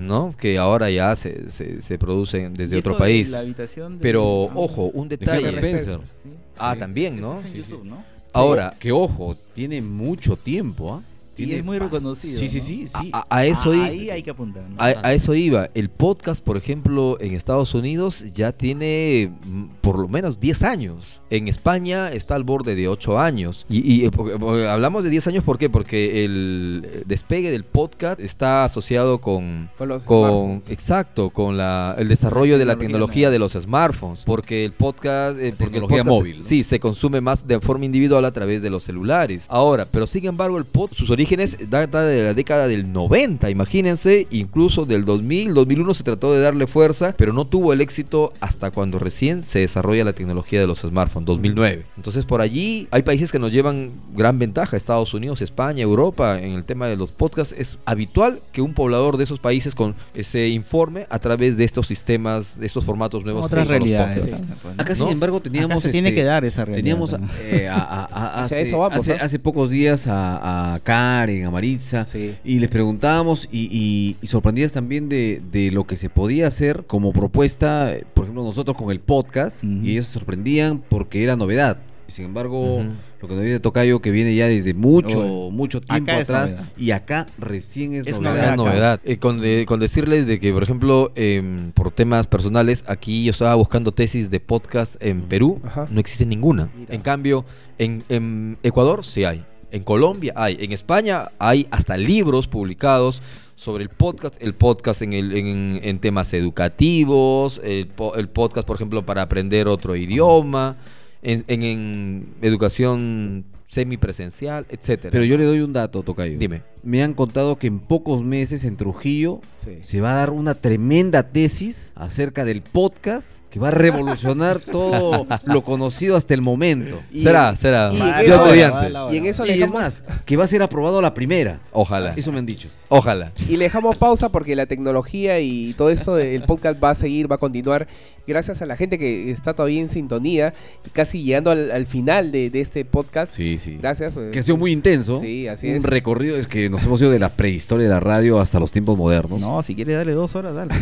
¿no? Que ahora ya se, se, se producen desde
Y
otro
esto de
país.
la habitación de-
Pero,
Ah,
ojo, un
De Henry
detalle.
Spencer.
sí.
Ah, también, ¿no?
Este es en YouTube, ¿no?
Ahora,
Que ojo, tiene mucho tiempo, ¿ah?
Y
Tiene
es muy
bast-
reconocido.
Sí, sí,
¿no? Ah,
sí,
a-
sí.
a, a eso i-
Ahí hay que apuntar. ¿no?
A, a eso iba. El podcast, por ejemplo, en Estados Unidos ya tiene mm, por lo menos 10 años. En España está al borde de 8 años. Y, y, eh, porque- porque hablamos de 10 años, ¿por qué? Porque el eh, despegue del podcast está asociado con...
Con los
Con,
smartphones.
exacto, con la, el desarrollo de la
tecnología
tecnología de los smartphones, porque el podcast, eh, porque el
tecnología
podcast-
móvil, ¿no?
sí, se consume más de forma individual a través de los celulares. Ahora, pero sin embargo, el pod, sus orígenes data de la década del 90, imagínense, incluso del 2000, 2001 se trató de darle fuerza, pero no tuvo el éxito hasta cuando recién se desarrolla la tecnología de los smartphones, 2009. Entonces, por allí hay países que nos llevan gran ventaja, Estados Unidos, España, Europa, en el tema de los podcasts. Es habitual que un poblador de esos países con, eh, se informe a través de estos sistemas, de estos formatos nuevos. que
otras
son los
realidades.
podcasts.
Acá,
¿no?
sin embargo, teníamos.
Acá se tiene
este,
que dar esa realidad.
Teníamos
también.
eh, a- a- a-
Hacia
hace,
eso vamos,
hace,
¿no?
hace pocos días a, a Karen, a Maritza,
Sí.
y les preguntábamos y, y- y sorprendidas también de, de lo que se podía hacer como propuesta, eh, por ejemplo, nosotros con el podcast,
Ujú.
y ellos se sorprendían porque era novedad. Sin embargo,
Ujú.
lo que nos dice Tocayo, que viene ya desde mucho,
Oye.
mucho tiempo
Acá es
atrás,
novedad.
y acá recién es,
Es
novedad.
Gran
acá.
novedad. Eh, con, de- con decirles de que, por ejemplo, em, por temas personales, aquí yo estaba buscando tesis de podcast en Perú,
Ajá.
no existe ninguna.
Mira.
En cambio, en, en Ecuador sí hay, en Colombia hay, en España hay hasta libros publicados sobre el podcast, el podcast en, el- en- en temas educativos, el, po- el podcast, por ejemplo, para aprender otro idioma, en, en- en educación semipresencial, etcétera.
Pero yo le doy un dato, Tocayo.
Dime.
Me han contado que en pocos meses en Trujillo
Sí.
se va a dar una tremenda tesis acerca del podcast que va a revolucionar todo lo conocido hasta el momento.
Y-
será, será.
y-
yo
ahora,
mediante.
Y en eso
Y
le
es
dejamos,
más, que va a ser aprobado a la primera.
Ojalá.
Eso me han dicho.
Ojalá.
y le dejamos pausa porque la tecnología y todo esto del podcast va a seguir, va a continuar. Gracias a la gente que está todavía en sintonía, y casi llegando al, al final de, de este podcast.
Sí, sí.
Gracias. pues.
Que ha sido muy intenso.
Sí, así
un
es.
recorrido es que nos hemos ido de la prehistoria de la radio hasta los tiempos modernos.
No, si quieres darle dos horas, dale.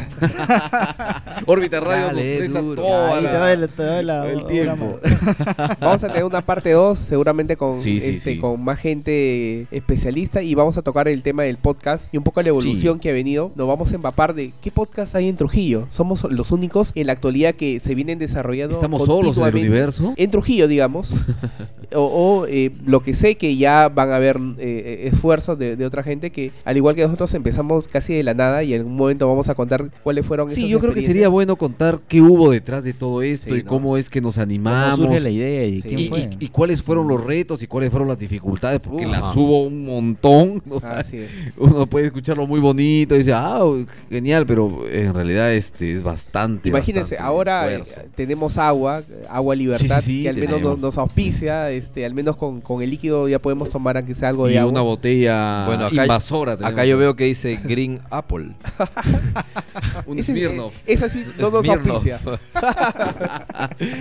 Órbita Radio
Dale,
nos presta
duro.
toda
Ahí
la-
te doy la- te doy la-
el
una
tiempo.
más.
Vamos a tener una parte 2, seguramente con,
Sí, sí,
este,
sí.
con más gente especialista y vamos a tocar el tema del podcast y un poco la evolución que ha venido. Nos vamos a empapar de qué podcast hay en Trujillo. Somos los únicos en la actualidad que se vienen desarrollando.
Estamos solos en el
continuamente.
universo.
En Trujillo, digamos. o o, eh, lo que sé que ya van a haber eh, esfuerzos de, de otra gente que, al igual que nosotros, empezamos casi de la nada y en algún momento vamos a contar cuáles fueron
Sí,
esas
yo creo que sería
experiencias.
bueno contar qué hubo detrás de todo esto
Sí,
y
¿no?
cómo es que nos
¿Cómo surge
animamos.
la idea y
Sí.
quién
y,
fue?
y- y cuáles fueron los retos y cuáles fueron las dificultades, porque
Uf.
las hubo un montón. o sea,
Así es.
uno puede escucharlo muy bonito y dice, ah, uy, genial, pero en realidad este es bastante.
Imagínense,
bastante
ahora eh,
esfuerzo.
tenemos agua, eh, agua libertad,
Sí, sí, sí,
que al menos
tenemos.
nos, nos auspicia, este, al menos con, con el líquido ya podemos tomar aunque sea algo de
Y
agua.
una botella
Bueno, acá-
invasora.
Acá yo veo que dice Green Apple.
un
Ese-
Smirnoff.
eh, esa sí no nos
Smirnoff.
auspicia.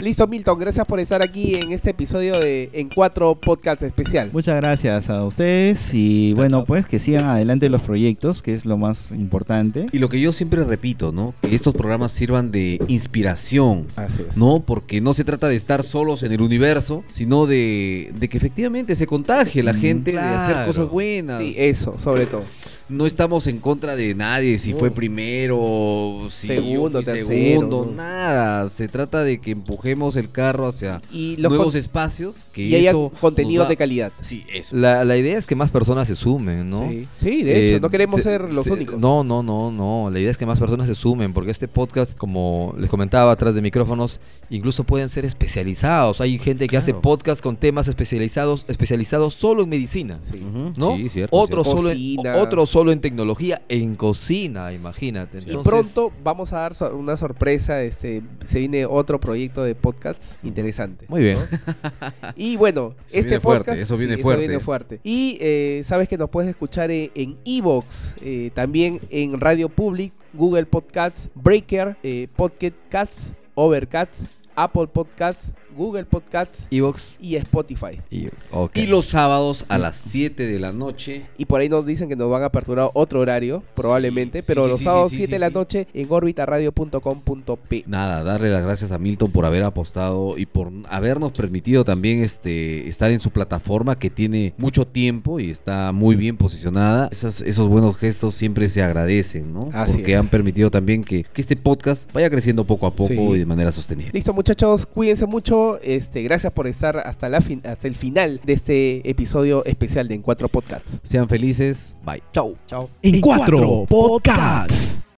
Listo, Milton, gracias por estar aquí en este episodio de En Cuatro Podcast Especial.
Muchas gracias a ustedes y bueno, pues que sigan adelante los proyectos, que es lo más importante.
Y lo que yo siempre repito, ¿no? Que estos programas sirvan de inspiración,
Así es.
¿no? Porque no se trata de estar solos en el universo, sino de, de que efectivamente se contagie la
Mm,
gente de hacer
claro.
cosas buenas.
Sí, eso, sobre todo.
no estamos en contra de nadie, si
No.
fue primero, si
Segundo,
si
tercero,
segundo,
¿no?
nada. Se trata de que empujemos el carro hacia
Y los
nuevos
con-
espacios que
y haya
eso
contenido
nos da-
de calidad.
Sí, eso.
La, la idea es que más personas se sumen, ¿no?
Sí. Sí, de hecho,
Eh,
no queremos
se-
ser los
se-
únicos.
No, no, no, no. La idea es que más personas se sumen, porque este podcast, como les comentaba atrás de micrófonos, incluso pueden ser especializados. Hay gente que hace
Claro.
podcast con temas especializados, especializados solo en medicina.
Sí.
Ujú,
¿No?
Sí, cierto.
otro,
cierto.
solo
Cocina.
en, otro solo en tecnología, en cocina, imagínate.
Y
Entonces,
pronto vamos a dar so- una sorpresa, este, se viene otro proyecto de podcast interesante.
Muy bien.
Y bueno,
Eso
este
viene fuerte,
podcast
eso viene
sí,
fuerte.
viene fuerte. Y eh, sabes que nos puedes escuchar eh, en Evox, eh, también en Radio Public, Google Podcasts, Breaker, eh, Pocket Casts, Overcast, Apple Podcasts, Google Podcasts
Evox.
y Spotify.
Y, ok.
Y los sábados a las 7 de la noche.
Y por ahí nos dicen que nos van a aperturar otro horario, probablemente,
sí,
pero
sí,
los
sí,
sábados
sí,
7 de
sí,
la
sí.
noche en orbitaradio.com.p.
Nada, darle las gracias a Milton por haber apostado y por habernos permitido también este estar en su plataforma que tiene mucho tiempo y está muy bien posicionada. Esas- esos buenos gestos siempre se agradecen, ¿no?
Así
Porque
es.
han permitido también que, que este podcast vaya creciendo poco a poco
Sí.
y de manera sostenible.
Listo, muchachos, cuídense mucho. Este, gracias por estar hasta la fin- hasta el final de este episodio especial de En Cuatro Podcasts.
Sean felices, bye. Chau.
En cuatro podcasts.